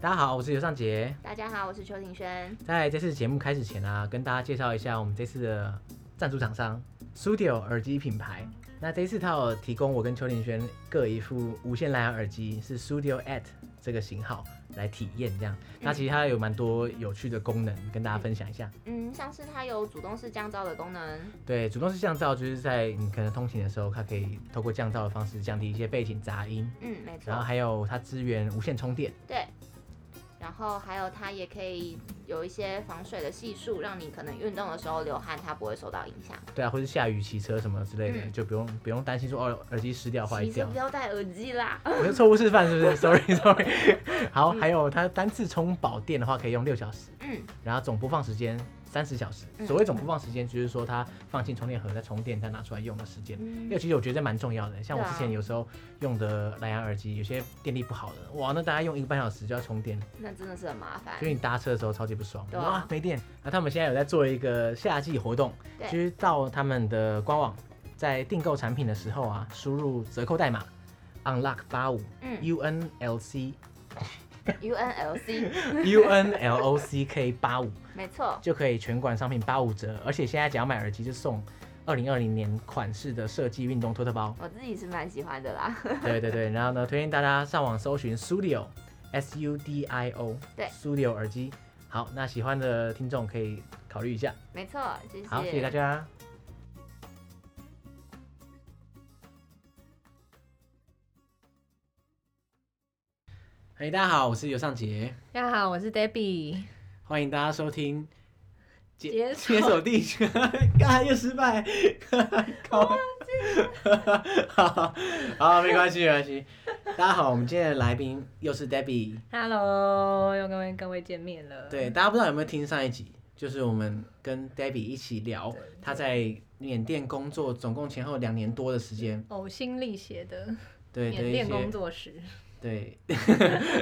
大家好，我是刘尚杰。大家好，我是邱庭轩。在这次节目开始前啊，跟大家介绍一下我们这次的赞助厂商 Studio 耳机品牌。那这一次他有提供我跟邱林轩各一副无线蓝牙耳机，是 Studio At 这个型号来体验这样。那其实它有蛮多有趣的功能跟大家分享一下。嗯，像是它有主动式降噪的功能，对，主动式降噪就是在你可能通勤的时候，它可以透过降噪的方式降低一些背景杂音，嗯，没然后错，还有它支援无线充电。对。然后还有它也可以有一些防水的系数，让你可能运动的时候流汗，它不会受到影响。对啊，或是下雨骑车什么之类的，嗯就不用不用担心说哦耳机湿掉坏骑车掉不。要戴耳机啦。我是 错误示范，是不是？Sorry Sorry。好，还有它单次充饱电的话，可以用六小时，嗯，然后总播放时间三十小时。嗯所谓总播放时间，就是说它放进充电盒再充电再拿出来用的时间。嗯这个其实我觉得蛮重要的，像我对之啊前有时候用的蓝牙耳机，有些电力不好的，哇，那大家用一个半小时就要充电，那真的是很麻烦所。以你搭车的时候超级不爽，对啊哇，没电。那他们现在有在做一个夏季活动，对就是到他们的官网，在订购产品的时候啊，输入折扣代码 unlock 八五嗯 U N L C ，UNLC， U N L O C K 八五没错，。就可以全馆商品八五折，而且现在只要买耳机就送二零二零年款式的设计运动托特包 我自己是蛮喜欢的啦。 对对对，然后呢，推荐大家上网搜寻 Studio S U D I O 对 Studio 耳机。好，那喜欢的听众可以考虑一下。没错，谢谢。好，谢谢大家。嘿哎大家好，我是尤尚杰，大家好，我是 Debbie。欢迎大家收听解解解锁锁地球， 干又失败， 靠！ 好，好，没关系，没关系。大家好，我们今天的来宾又是 Debbie。 Hello，又跟各位见面了。对，大家不知道有没有听上一集，就是我们跟 Debbie 一起聊她在缅甸工作，总共前后两年多的时间，呕心沥血的对的缅一甸些工，作室，对，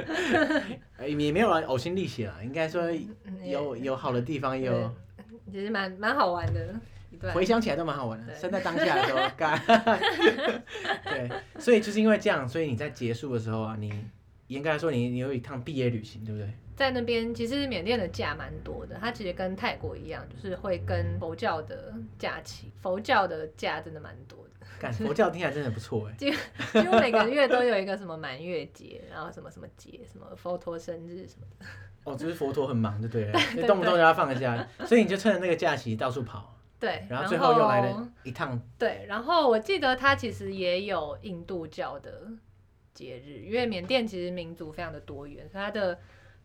呃也没有啊，呕心沥血啦，应该说嗯有有好的地方，也有其实蛮蛮好玩的一段。回想起来都蛮好玩的，对身在当下的时候 干， 对，所以就是因为这样，所以你在结束的时候啊，你严格来说你你有一趟毕业旅行，对不对？在那边，其实缅甸的假蛮多的，它其实跟泰国一样，就是会跟佛教的假期，佛教的假真的蛮多的，干佛教听起来真的不错哎，几乎每个月都有一个什么满月节，然后什么什么节，什么佛陀生日什么的。哦，就是佛陀很忙，对不 对了？就对动不动就要放个假，所以你就趁着那个假期到处跑，对，然然后最后又来了一趟，对，然后我记得它其实也有印度教的节日，因为缅甸其实民族非常的多元，所以它的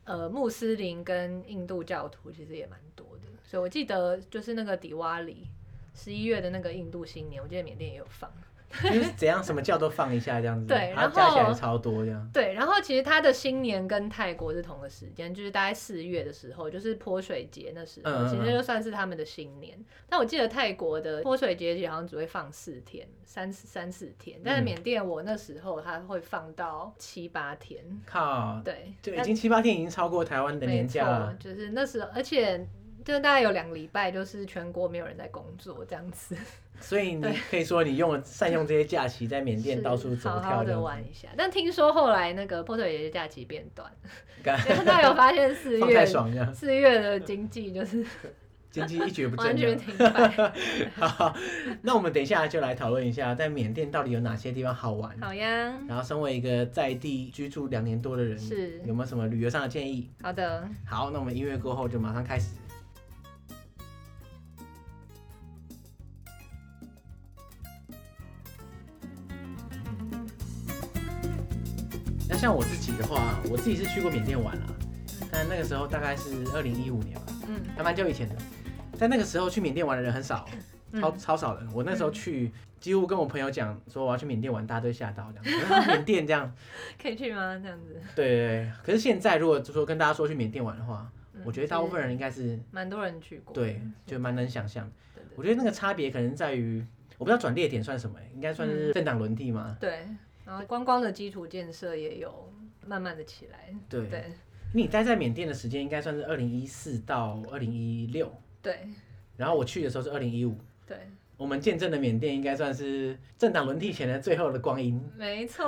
呃穆斯林跟印度教徒其实也蛮多的。所以我记得就是那个迪瓦里，十一月的那个印度新年，我记得缅甸也有放。就是怎样什么教都放一下这样子，对然然后后加起来超多这样，对，然后其实它的新年跟泰国是同个时间，就是大概四月的时候，就是泼水节那时候，嗯嗯嗯其实就算是他们的新年。但我记得泰国的泼水节好像只会放四天，三三四天，但是嗯缅甸我那时候它会放到七八天。靠，对，就已那经七八天已经超过台湾的没年错假了，，就是那时候，而且。就大概有两个礼拜，就是全国没有人在工作这样子，所以你对可以说你用了善用这些假期在缅甸是到处走好跳好这的样玩子一下。但听说后来那个泼水节假期变短，干因为 大家有发现四放太月爽这样，四月的经济就是经济一蹶不振完这全样。停摆。好，那我们等一下就来讨论一下，在缅甸到底有哪些地方好玩。好呀，然后，身为一个在地居住两年多的人，是有没有什么旅游上的建议？好的，好，那我们音乐过后就马上开始。那像我自己的话，我自己是去过缅甸玩啦、啊但那个时候大概是二零一五年吧，嗯还蛮久以前的。在那个时候去缅甸玩的人很少，嗯超超少人。我那时候去，几乎跟我朋友讲说我要去缅甸玩，大家都吓到，这样啊缅甸这样。可以去吗？这样子，对对对，可是现在如果就说跟大家说去缅甸玩的话，嗯我觉得大部分人应该是其实蛮多人去过，对，对就蛮能想象。对对我觉得那个差别可能在于，我不知道转列点算什么、欸应该算嗯是政党轮替嘛。对，然后观光的基础建设也有慢慢的起来，对，对你待在缅甸的时间应该算是二零一四到二零一六，对然后我去的时候是二零一五。对，我们见证了缅甸应该算是政党轮替前的最后的光阴，没错，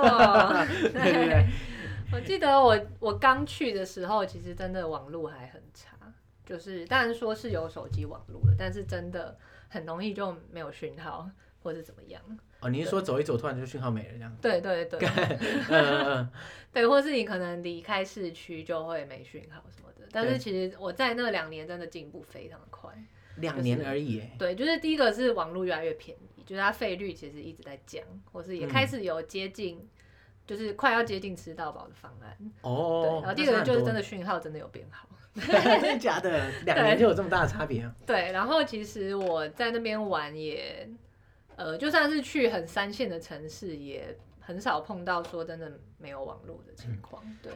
对对对。 我记得我我刚去的时候，其实真的网络还很差，就是当然说是有手机网络的，但是真的很容易就没有讯号或者怎么样。哦，你是说走一走突然就讯号没了这 样？对对对嗯嗯嗯，对，或是你可能离开市区就会没讯号什么的。但对是其实我在那两年真的进步非常快。两年而已耶。欸对，就是第一个是网络越来越便宜，就是它费率其实一直在降，或是也嗯开始有接近，就是快要接近吃到饱的方案。对，哦然，后第二个就是真的的讯号真的有变好。 真的假的，两年就有这么大的差别啊？对，然后其实我在那边玩也，呃，就算是去很三线的城市，也很少碰到说真的没有网络的嗯情况。对，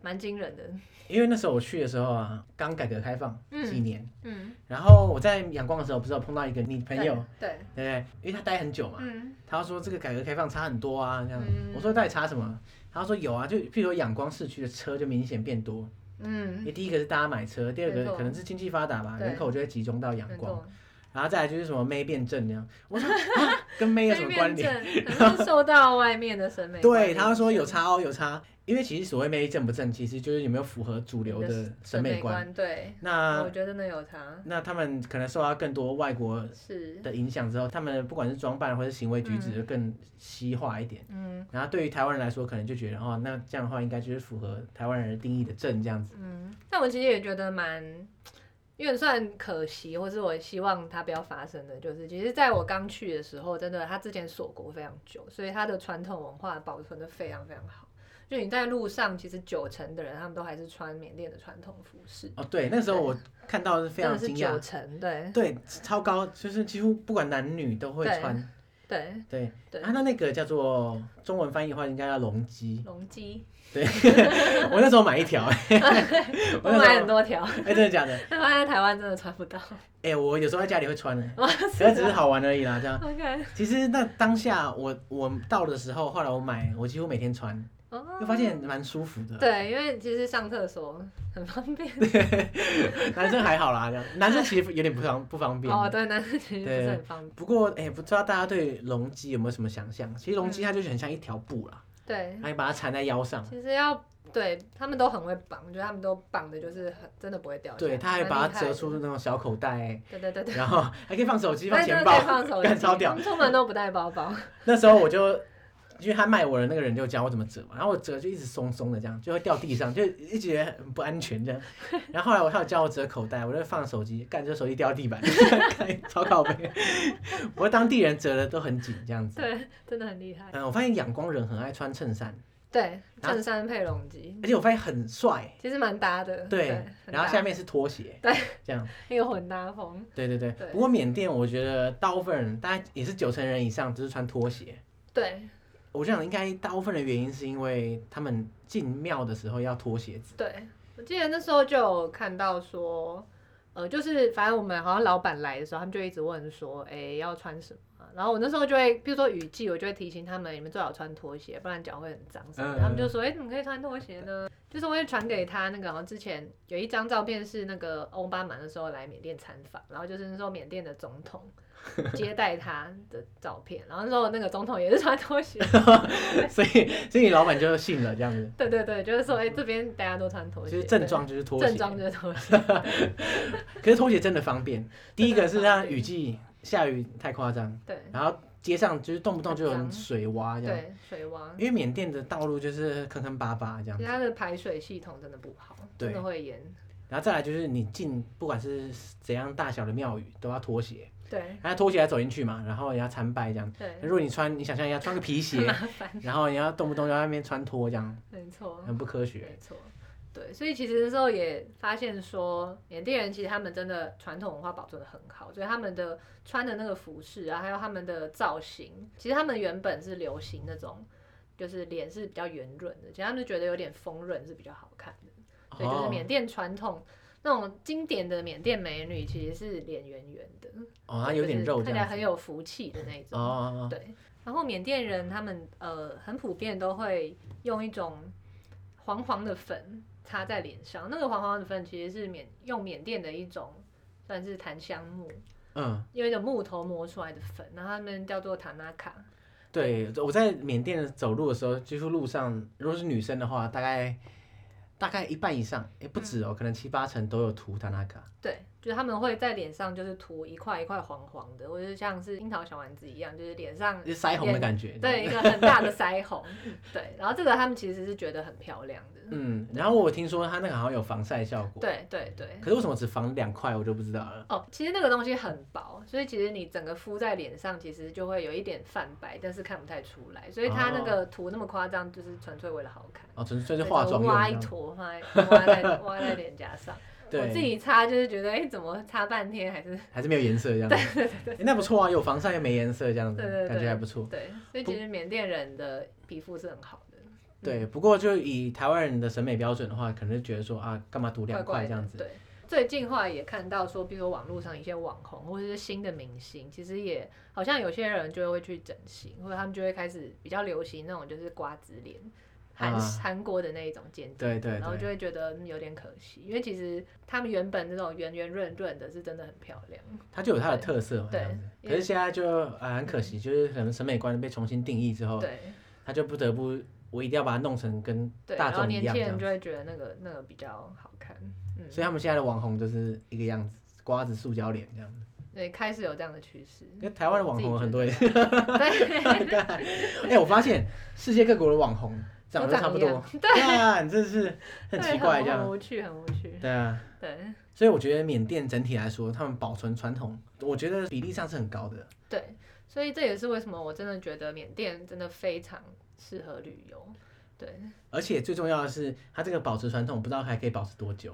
蛮惊人的。因为那时候我去的时候啊，刚改革开放嗯几年，嗯，然后我在阳光的时候，不是有碰到一个你朋友，对。对，对不对？因为他待很久嘛，嗯，他说这个改革开放差很多啊，这样。嗯我说到底差什么？他说有啊，就譬如说仰光市区的车就明显变多，因嗯，为第一个是大家买车，第二没个错可能是经济发达吧，对人口就会集中到仰没光，错，然后再来就是什么妹变正那样。我说、啊、 跟妹有什么关联？联？可能是受到外面的审 美。对，他说有。差哦，有差，因为其实所谓妹正不正，其实就是有没有符合主流的审美观。啊观，对，那我觉得真的有差，那他们可能受到更多外国是，的影响之后，他们不管是装扮或是行为举止嗯就更西化一点。嗯然后对于台湾人来说，可能就觉得哦，那这样的话应该就是符合台湾人的定义的正这样子。嗯，但我其实也觉得蛮。有点算可惜，或是我希望它不要发生的，就是其实在我刚去的时候，真的它之前锁国非常久，所以它的传统文化保存的非常非常好。就你在路上，其实九成的人他们都还是穿缅甸的传统服饰，哦，对，那时候我看到是非真常的是惊九讶，成，对对，超高，就是几乎不管男女都会对穿。 对对，对啊，那那个叫做中文翻译的话，应该叫龙基。龙基，对，我那时候买一 条，哎我那时候哎买很多条，真的假的？但发 现台湾真的穿不到。哎，我有时候在家里会穿的，哇可是只是 啊好玩而已啦，这样。 ，OK，其实那当下我我到的时候，后来我买，我几乎每天穿，哦就发现蛮舒服的。对，因为其实上厕所很方便。男生还好啦，这样男生其实有点不方不方便。哦，对，男生其实不对是很方便。不过，哎、不知道大家对龙基有没有什么想象？其实龙基嗯它就是很像一条布啦，对，然后你把它缠在腰上，其实要对他们都很会绑，我觉得他们都绑的就是很真的不会掉下来。对，它还把它折出蛮厉那种小口 袋，害的。对对对对。然后还可以放手机、放但是钱可包以放手，干超机，屌他。们出门都不带包包。那时候我就，因为他卖我的那个人就教我怎么折嘛，然后我折就一直松松的这样，就会掉地上，就一直觉得很不安全 这样。然后后来我他有教我折口袋，我就放手机，干就手机掉地板， 干超靠背。 不过当地人折的都很紧这样子。对，真的很厉害。嗯，我发现仰光人很爱穿衬衫，对，然后衬衫配隆基，而且我发现很帅。其实蛮搭的。对，然后下面是拖鞋， 对，这样，那个混搭风，对对对。对不过缅甸我觉得大部分人，大概也是九成人以上就是穿拖鞋。对我想应该大部分的原因是因为他们进庙的时候要脱鞋子。对。我记得那时候就有看到说，呃，就是反正我们好像老板来的时候，他们就一直问说，哎、要穿什么啊？然后我那时候就会，比如说雨季，我就会提醒他们，你们最好穿拖鞋，不然脚会很脏什嗯么的。嗯他们就说，哎、怎么可以穿拖鞋呢？就是我会传给他那个，好像之前有一张照片是那个奥巴马那时候来缅甸参访，然后就是那时候缅甸的总 统接待他的照片，然后那时候那个总统也是穿拖鞋， 所以所以你老板就信了这样子，对对对，就是说，哎、这边大家都穿拖就鞋，是正装就是对拖正鞋。装就是拖鞋，可是拖鞋真的方 便，第一个是真的很方让便雨季下雨太夸张，对然后街上就是动不动就很有脏水洼这样。对，水汪，因为缅甸的道路就是坑坑巴巴这样其子实，它的排水系统真的不好，对真的会淹，然后再来就是你进不管是怎样大小的庙宇都要脱鞋，对然后拖鞋还走进去嘛，然后也要参拜这样。对，如果你穿，你想象一下，穿个皮鞋，麻烦，然后你要动不动就在那边穿拖这样， 没错，很不科学。没错。对，所以其实那时候也发现说，缅甸人其实他们真的传统文化保存的很好，所以他们的穿的那个服饰啊，还有他们的造型，其实他们原本是流行那种，就是脸是比较圆润的，其实他们觉得有点丰润是比较好看的。哦对，就是缅甸传统那种经典的缅甸美女，其实是脸圆圆的，哦，它有点就肉是这看起来样很子。有福气的那哦种。哦，哦对，然后缅甸人他们呃很普遍都会用一种黄黄的粉擦在脸上，那个黄黄的粉其实是缅用缅甸的一种算是檀香木，嗯，因为一种木头磨出来的粉，然后他们叫做塔纳卡。嗯对，我在缅甸走路的时候，几乎路上如果是女生的话，大概大概一半以上，也不止哦，可能七八成都有涂塔纳卡。对，就是他们会在脸上就是涂一块一块黄黄的，或者是像是樱桃小丸子一样，就是脸上就腮红的感觉。对，一个很大的腮红，对，然后这个他们其实是觉得很漂亮的，嗯，然后我听说它那个好像有防晒效果，对对对。可是为什么只防两块，我就不知道了。哦，其实那个东西很薄，所以其实你整个敷在脸上，其实就会有一点泛白，但是看不太出来。所以它那个涂那么夸张，就是纯粹为了好看。哦，纯粹是哦化妆用挖这一样。坨放在挖在挖在脸颊上，我对，自己擦就是觉得，哎、怎么擦半天还是还是没有颜色 这样子。对对对，那不错啊，有防晒又没颜色这样子对对，对嗯感觉还不错。对？所以其实缅甸人的皮肤是很好的，对，不过就以台湾人的审美标准的话，可能就觉得说啊，干嘛涂怪两怪块的这样子？对，最近话也看到说，比如说网络上一些网红或者是新的明星，其实也好像有些人就会去整形，或者他们就会开始比较流行那种就是瓜子脸，韩啊韩、国的那一种剪辑。对对然后就对，会觉得嗯有点可惜，因为其实他们原本那种圆圆润润的是真的很漂亮。它就有它的特色嘛这嗯对样子。因可为是现在就啊很可惜，就是可能审美观被重新定义之后，对他就不得不我一定要把它弄成跟对，大然后众一年样轻这人样就子。会觉得那个那个比较好看。嗯，所以他们现在的网红就是一个样子，瓜子塑胶脸这样子。对，开始有这样的趋势。因为台湾的网红很多也对，哎、我发现世界各国的网红长得都差不都多，对啊，你真的是 很奇怪这 对很样，无趣，很无趣。对啊。对所以我觉得缅甸整体来说，他们保存传统，我觉得比例上是很高的。对，所以这也是为什么我真的觉得缅甸真的非常适合旅游。对而且最重要的是，它这个保持传统，不知道还可以保持多久。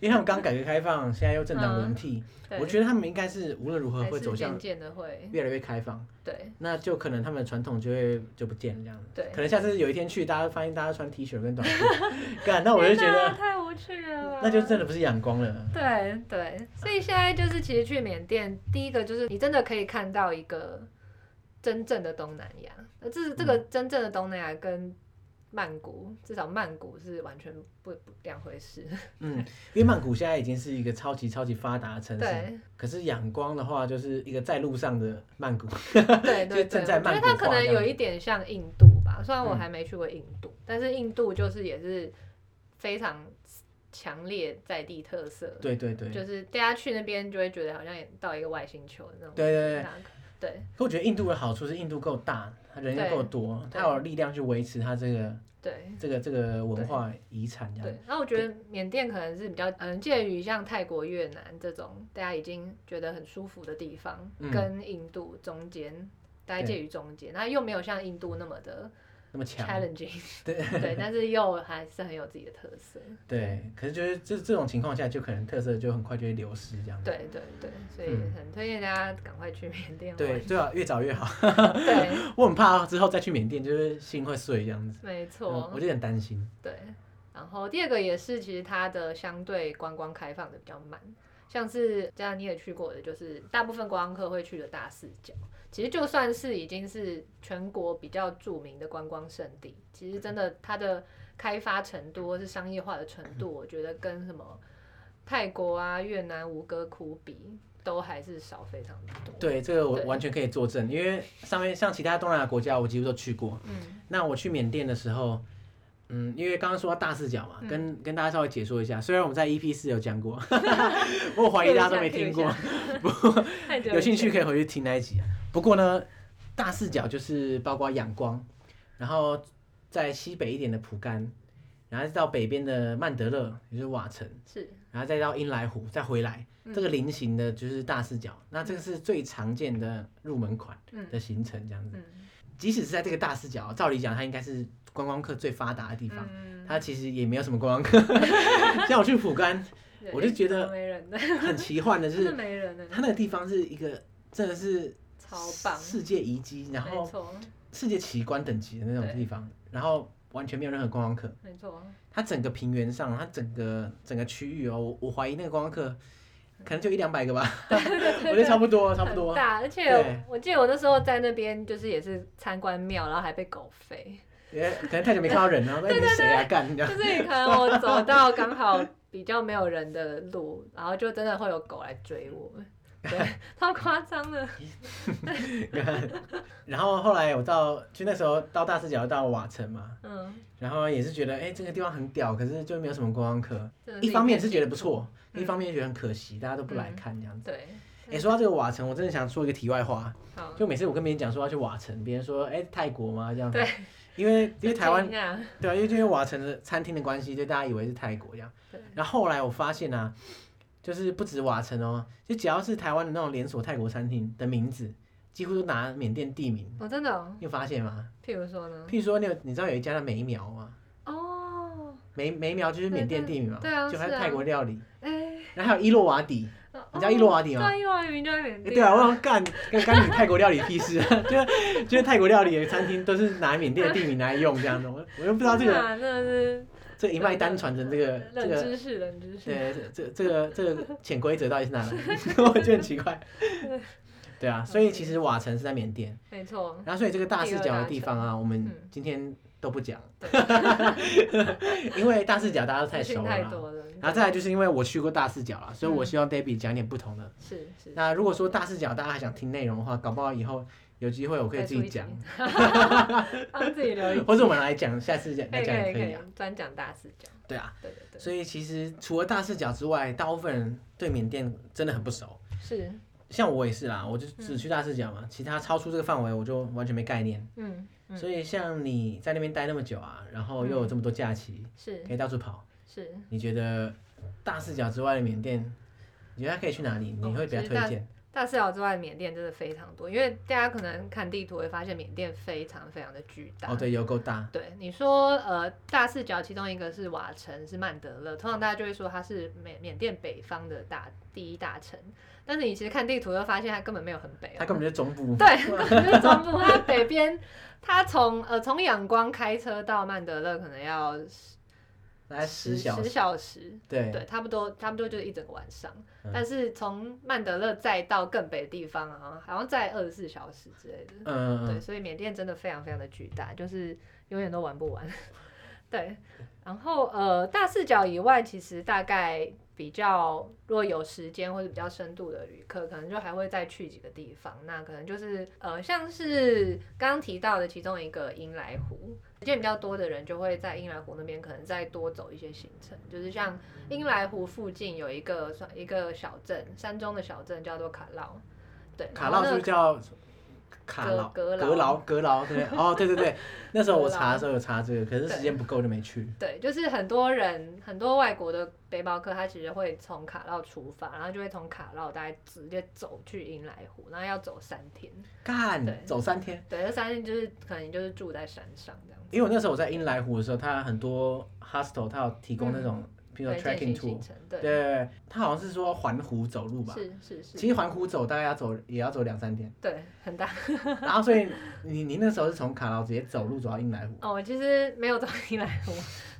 因为他们刚改革开放，现在又政党轮替，嗯对，我觉得他们应该是无论如何还会是走向渐渐的会，越来越开放，对那就可能他们的传统就会就不见了这样子。对。可能下次有一天去，大家发现大家穿 T 恤跟短裤， 干， 那我就觉天哪得太无趣了吧，那就真的不是阳光了。对对，所以现在就是其实去缅甸，第一个就是你真的可以看到一个真正的东南亚，呃，这是这嗯个真正的东南亚跟曼谷，至少曼谷是完全不不两回事。嗯，因为曼谷现在已经是一个超级超级发达的城市， 对可是仰光的话，就是一个在路上的曼谷。对就是对对，正我在觉曼得谷它可化能这样有一点像印度吧，虽然我嗯还没去过印度，但是印度就是也是非常强烈在地特色，对对对，就是大家去那边就会觉得好像也到一个外星球的那种对对对感觉。对，可我觉得印度的好处是印度够大，它人又对够多，对它有力量去维持它这个对，这个这个文化遗产这样对。，那我觉得缅甸可能是比较嗯，介于像泰国、越南这种大家已经觉得很舒服的地方，嗯跟印度中间，大概介于中间，那又没有像印度那么的那么强， challenging， 对对，但是又还是很有自己的特色，对。可是就是这这种情况下，就可能特色就很快就会流失这样。对对对，所以嗯很推荐大家赶快去缅甸玩，对，最好越早越好。 对，我很怕之后再去缅甸，就是心会碎这样子。没嗯我错，就有点担心。对。然后第二个也是，其实它的相对观光开放的比较慢，像是这样你也去过的，就是大部分观光客会去的大四角，其实就算是已经是全国比较著名的观光胜地，其实真的它的开发程度或是商业化的程度，我觉得跟什么泰国啊、越南、吴哥窟比，都还是少非常多。，对，这个我对完全可以作证，因为上面像其他东南亚国家，我几乎都去过。嗯，那我去缅甸的时候，嗯，因为刚刚说到大视角嘛，嗯跟跟大家稍微解说一下。虽然我们在 EP 四有讲 过，我怀疑大家都没听过， 太久有兴趣可以以回去听那一集啊。不过呢，大视角就是包括仰光，然后在西北一点的蒲甘，然后再到北边的曼德勒，也就是瓦城，是然后再到英莱湖，再回来。嗯这个菱形的就是大视角，那这个是最常见的入门款嗯的行程，这样子。嗯即使是在这个大视角，照理讲，它应该是观光客最发达的地方，嗯，它其实也没有什么观光 客。像我去普甘，我就觉得对没人的，很奇幻的真的是，没人的，它那个地方是一个真的是超棒，世界遗迹，然没后错世界奇观等级的那种对地方，然后完全没有任何观光客。没错，它整个平原上，它整个整个区域哦，我我怀疑那个观光客可能就一两百个 吧，我觉得差不多，差不很多。大，而且对我记得我那时候在那边就是也是参观庙，然后还被狗吠，也可能太久没看到 人了，那你是谁啊？干，你知道 就？是可能我走到刚好比较没有人的路，然后就真的会有狗来追我，对，超夸张的。 然后后来我到就那时候到大四角到瓦城嘛，嗯，然后也是觉得哎、这个地方很屌，可是就没有什么观光客。真的一一方面片是觉得景不错，嗯一方面觉得很可惜，大家都不来看这样子。对，哎、说到这个瓦城，我真的想说一个题外话，好，就每次我跟别人讲说要去瓦城，别人说哎、泰国吗这样子对，因为 因为台湾很惊讶对啊，因为因为瓦城的餐厅的关系，就大家以为是泰国这样对。然后后来我发现啊，就是不止瓦城哦，就只要是台湾的那种连锁泰国餐厅的名字，几乎都拿缅甸地名。哦，真的哦，你有发现吗？譬如说呢，譬如说，你有你知道有一家叫梅苗吗？哦，梅梅苗就是缅甸地名嘛，对对啊就还是啊泰国料理。哎，然后还有伊洛瓦底，哦你知道伊洛瓦底对吗？啊，伊洛瓦底明就在缅诶甸，对啊，我想干干干你泰国料理屁事啊！ 就是就是泰国料理的餐厅都是拿缅甸的地名来用这样的，我我又不知道这天个哪真的是这一脉单传的这个这冷个知识，冷知识，对，这这这个这个潜规则到底是哪来的？ 我觉得很奇 怪。对啊，所以其实瓦城是在缅甸，没错，然后所以这个大视角的地方啊，我们嗯今天都不讲，对 因为大视角大家都太资讯熟 了太啦。多了，然后再来就是因为我去过大视角啦，所以我嗯希望 Debbie 讲点不同的。是是，那如果说大视角大家还想听内容的话，搞不好以后有机会我可以再自出己一集 讲，帮自己留一 集，或者我们来讲，下次讲可来以讲可也以可可以 啊。以，专讲大视角，对啊，对对对，所以其实除了大视角之外，大部分人对缅甸真的很不熟。是，像我也是啦，我就只去大视角嘛，其他超出这个范围我就完全没概念。嗯嗯所以像你在那边待那么久啊，然后又有这么多假期，是可以到处跑，是，你觉得大视角之外的缅甸，你觉得它可以去哪里？你会哦比较推荐？大视角之外，缅甸真的非常多，因为大家可能看地图会发现缅甸非常非常的巨大。哦，对，有够大，对，你说呃大视角，其中一个是瓦城，是曼德勒，通常大家就会说它是缅缅甸北方的大第一大城，但是你其实看地图会发现它根本没有很北、哦，它根本就是中部。对， 根本就是中部，它北边，它从呃从仰光开车到曼德勒可能要大概十小十时。小时，对，对，差不多，差不多就是一整个晚上。嗯但是从曼德勒再到更北的地方啊，好像在二十四小时之类的。嗯、对，所以缅甸真的非常非常的巨大，就是永远都玩不完。 对，然后呃，大视角以外，其实大概比较如果有时间或者比较深度的旅客，可能就还会再去几个地方。那可能就是呃，像是刚刚提到的其中一个英莱湖，时间比较多的人就会在英莱湖那边可能再多走一些行程，就是像英莱湖附近有一个算一个小镇，山中的小镇叫做卡劳。对，卡然后劳那是个不是叫卡劳？格格劳格劳，格劳，对，哦，对对 对，那时候我格劳查的时候有查这个，可是时间不够就没去。对，就是很多人，很多外国的背包客，他其实会从卡绕出发，然后就会从卡绕大概直接走去英莱湖，然后要走三天。对干，走三天。对，这三天就是可能就是住在山上这样子。因为我那时候我在英莱湖的时候，它很多 hostel，它有提供那种，比如说嗯对，践 trekking 行行 tour，程，对对，对，它好像是说环湖走路吧。是是是，其实环湖走大概要走也要走两三天，对，很大。然后所以你你那时候是从卡劳直接走路走到英莱湖，哦，我其实没有 到英莱湖，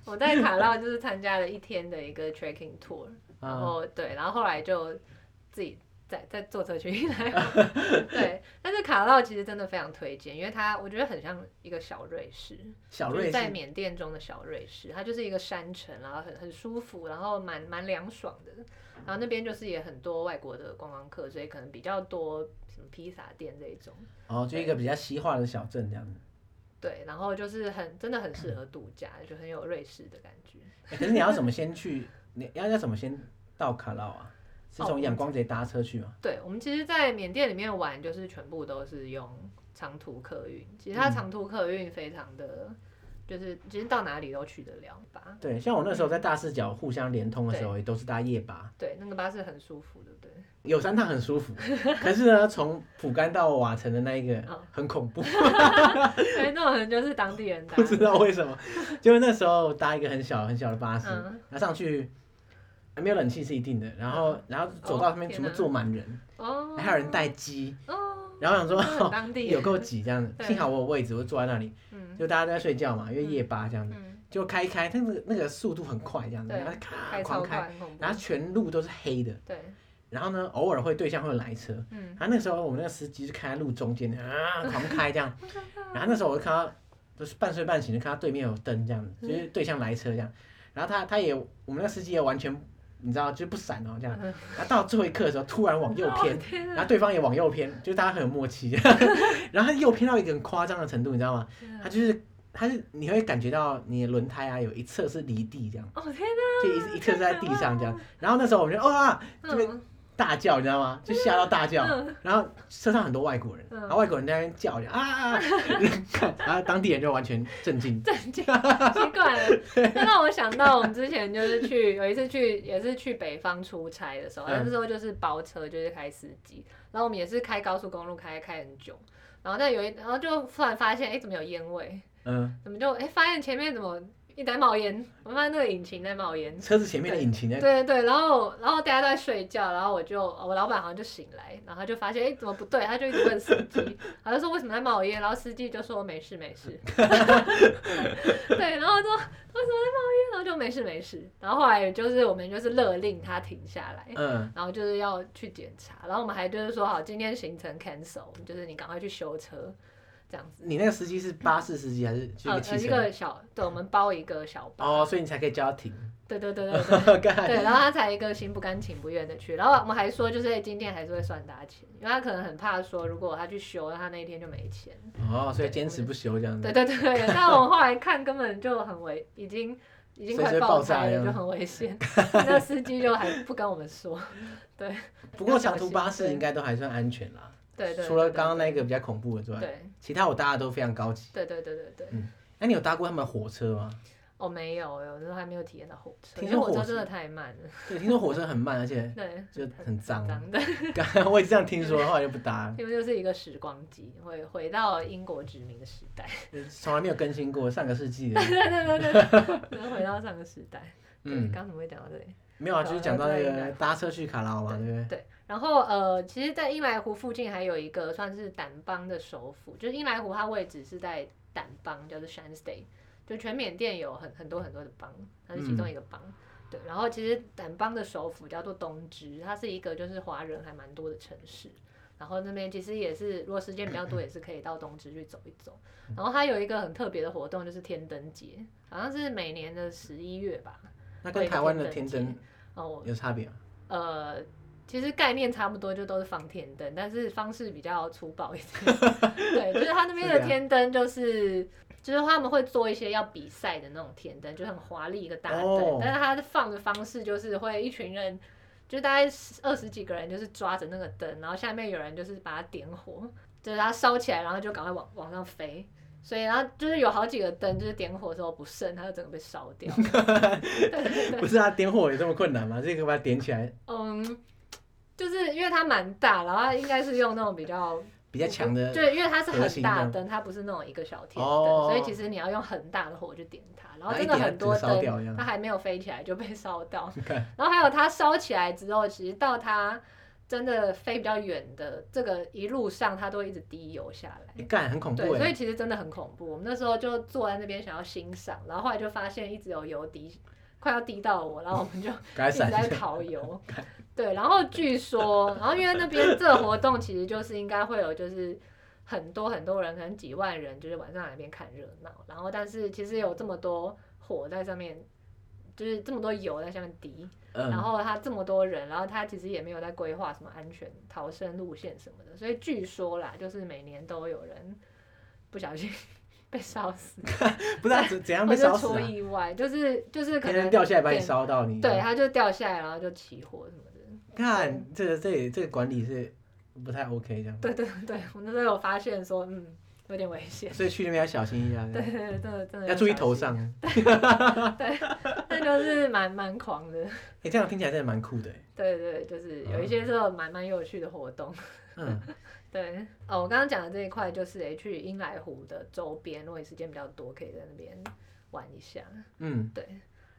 我在卡绕就是参加了一天的一个 trekking tour，然啊，后对，然后后来就自己再再坐车去一 来。对，但是卡拉其实真的非常推荐，因为它我觉得很像一个小瑞士，小就是瑞在士，缅甸中的小瑞士，它就是一个山城，然后很很舒服，然后蛮蛮凉爽的。然后那边就是也很多外国的观光客，所以可能比较多什么披萨店这一种。哦，就一个比较西化的小镇这样子。对，然后就是很真的很适合度假，就很有瑞士的感觉。欸可是你要怎么先去？你要要怎么先到卡劳啊？是哦从仰光直接搭车去吗？对，我们其实，在缅甸里面玩，就是全部都是用长途客运。其实它嗯长途客运非常的，就是其实到哪里都去得了吧。对，像我那时候在大视角互相连通的时候，也都是搭夜巴，对，那个巴士很舒服，对不对？ 有三趟很舒服，可是呢，从普甘到瓦城的那一个嗯很恐怖，所以哎那种人就是当地人搭不。知道为什么，就是那时候搭一个很小很小的巴士，嗯，然后上去。没有冷气是一定的，然后然后走到上面哦全部天哪坐满人，哦，还有人带鸡， 哦，然后想真的说很当地有够挤这样子，对幸好我有位置，我就坐在那里， 嗯就大家都在睡觉嘛，因为嗯夜巴这样子，嗯，就开一开，但是那个速度很快这样子，对然后咔开啊狂超开，快，很恐怖然。后全路都是黑的，对，然后呢偶尔会对向会来车，嗯，然后那时候我们那个司机就开在路中间啊，狂开这样。然后那时候我就看到，就是半睡半醒，就看到对面有灯这样子，就是对向来车这样。然后他他也，我们那个司机也完全你知道就不闪哦这嗯样，然后到最后一刻的时候突然往右偏，天然后对方也往右偏，就是大家很有默契，然后他右偏到一个很夸张的程度，你知道吗？嗯啊他就是他是你会感觉到你的轮胎啊有一侧是离地这样，哦天哪，就一一侧是在地上这样，然后那时候我们就哇、这边嗯大叫，你知道吗？就吓到大叫，嗯然后车上很多外国人，嗯然后外国人在那边叫啊 啊，啊然后当地人就完全震惊。震惊，奇怪了，这让我想到我们之前就是去有一次去也是去北方出差的时候，嗯那时候就是包车就是开司机，然后我们也是开高速公路开开很久，然后但有一然后就突然发现哎、怎么有烟味，嗯，怎么就哎、发现前面怎么一直在冒烟，我发现那个引擎在冒烟，车子前面的引擎呢？对对对，然后然后大家都在睡觉，然后我就我老板好像就醒来，然后他就发现哎怎么不对，他就一直问司 机，他就说为什么在冒烟，然后司机就说没事没事，对，然后说为什么在冒烟，然后就没事没事，然后后来就是我们就是勒令他停下来。嗯，然后就是要去检查，然后我们还就是说好，今天行程 cancel，就是你赶快去修车，这样子。你那个司机是巴士司机还是就一呃个，汽一车？个小，对，我们包一个小包。哦，所以你才可以叫他 停。对对对对对。干 对，然后他才一个心不甘情不愿的去，然后我们还说就是哎今天还是会算他钱，因为他可能很怕说如果他去修，他那一天就没钱。哦，所以坚持不休这样子对。对对，对嗯 但我后来看根本就很危，已经已经随快时爆爆炸胎一了，样就很危险。那司机就还不跟我们 说，不过长途巴要小士心应该都还算安全啦，对对对除了对刚刚那个比较恐怖的之外，对其他我搭的都非常高级。对对对对对，那你有搭过他们的火车吗？ 我、没有，我都还没有体验到火车，听因说为火火车车真的太慢了， 对，听说火车很慢，而且对，就很脏。脏的，干 我也是这样听说，后来就不搭了， 因为就是一个时光机，会回到英国殖民的时代。 从来没有更新过上个世纪的。对对对对，然后回到上个时代。嗯，嗯，刚刚怎么会讲到这里？没有啊，就是讲到那对个搭车去卡拉嘛，对不对？对，然后呃，其实，在阴来湖附近还有一个算是掸邦的首府，就是阴来湖它位置是在掸邦，叫做 Shan State，就全缅甸有很很多很多的邦，它是其嗯中一个邦。对，然后其实掸邦的首府叫做东芝，它是一个就是华人还蛮多的城市。然后那边其实也是，如果时间比较多，也是可以到东芝去走一走。然后它有一个很特别的活动，就是天灯节，好像是每年的十一月吧。那跟台湾的天对灯哦，我有差别吗？呃，其实概念差不多，就都是放天灯，但是方式比较粗暴一 点。对，就是他那边是这啊的样天灯就是。就是他们会做一些要比赛的那种天灯，就很华丽一个大灯哦但是它放的方式就是会一群人，就大概十二十几个人，就是抓着那个灯，然后下面有人就是把它点火，就是它烧起来，然后就赶快往往上飞。所以然后就是有好几个灯，就是点火的时候不慎，它就整个被烧掉。不是啊，点火有这么困难吗？这个把它点起来，嗯，就是因为它蛮大，然后它应该是用那种比较比较强的对，因为它是呃核很心大这的样灯，它不是那种一个小天灯，哦所以其实你要用很大的火去点它，然后哪啊真一的点很多只烧掉一灯样它还没有飞起来就被烧到， 看然后还有它烧起来之后，其实到它真的飞比较远的这个一路上，它都会一直滴油下来。欸干很恐怖对，所以哎。其实真的很恐怖。我们那时候就坐在那边想要欣赏，然后后来就发现一直有油滴，快要滴到我，然后我们就赶快一直在闪！烤油。 对，然后据说，然后因为那边这活动其实就是应该会有就是很多很多人，可能几万人，就是晚上来那边看热闹。然后但是其实有这么多火在上面，就是这么多油在下面滴， 然嗯，后他这么多人，然后他其实也没有在规划什么安全逃生路线什么的，所以据说啦，就是每年都有人不小心 被烧死，嗯不知 道怎怎样或啊被者烧死出啊？意外，就是就是可天能灯掉下来把你点烧到你。对， 它就掉下来，然后就起火什么的。看这个这里这个管理是不太 OK 这样，对对对，我那时候有发现说，嗯，有点危险。所以去那边要小心一下，对，对对，真的真的嗯要注意头，上。啊那就是蛮蛮狂的。哎，这样听起来真的蛮酷的欸。对对，就是哦有一些这种蛮蛮有趣的活动。嗯，对，哦，我刚刚讲的这一块就是，诶，去英来湖的周边，如果你时间比较多，可以在那边玩一下。嗯，对，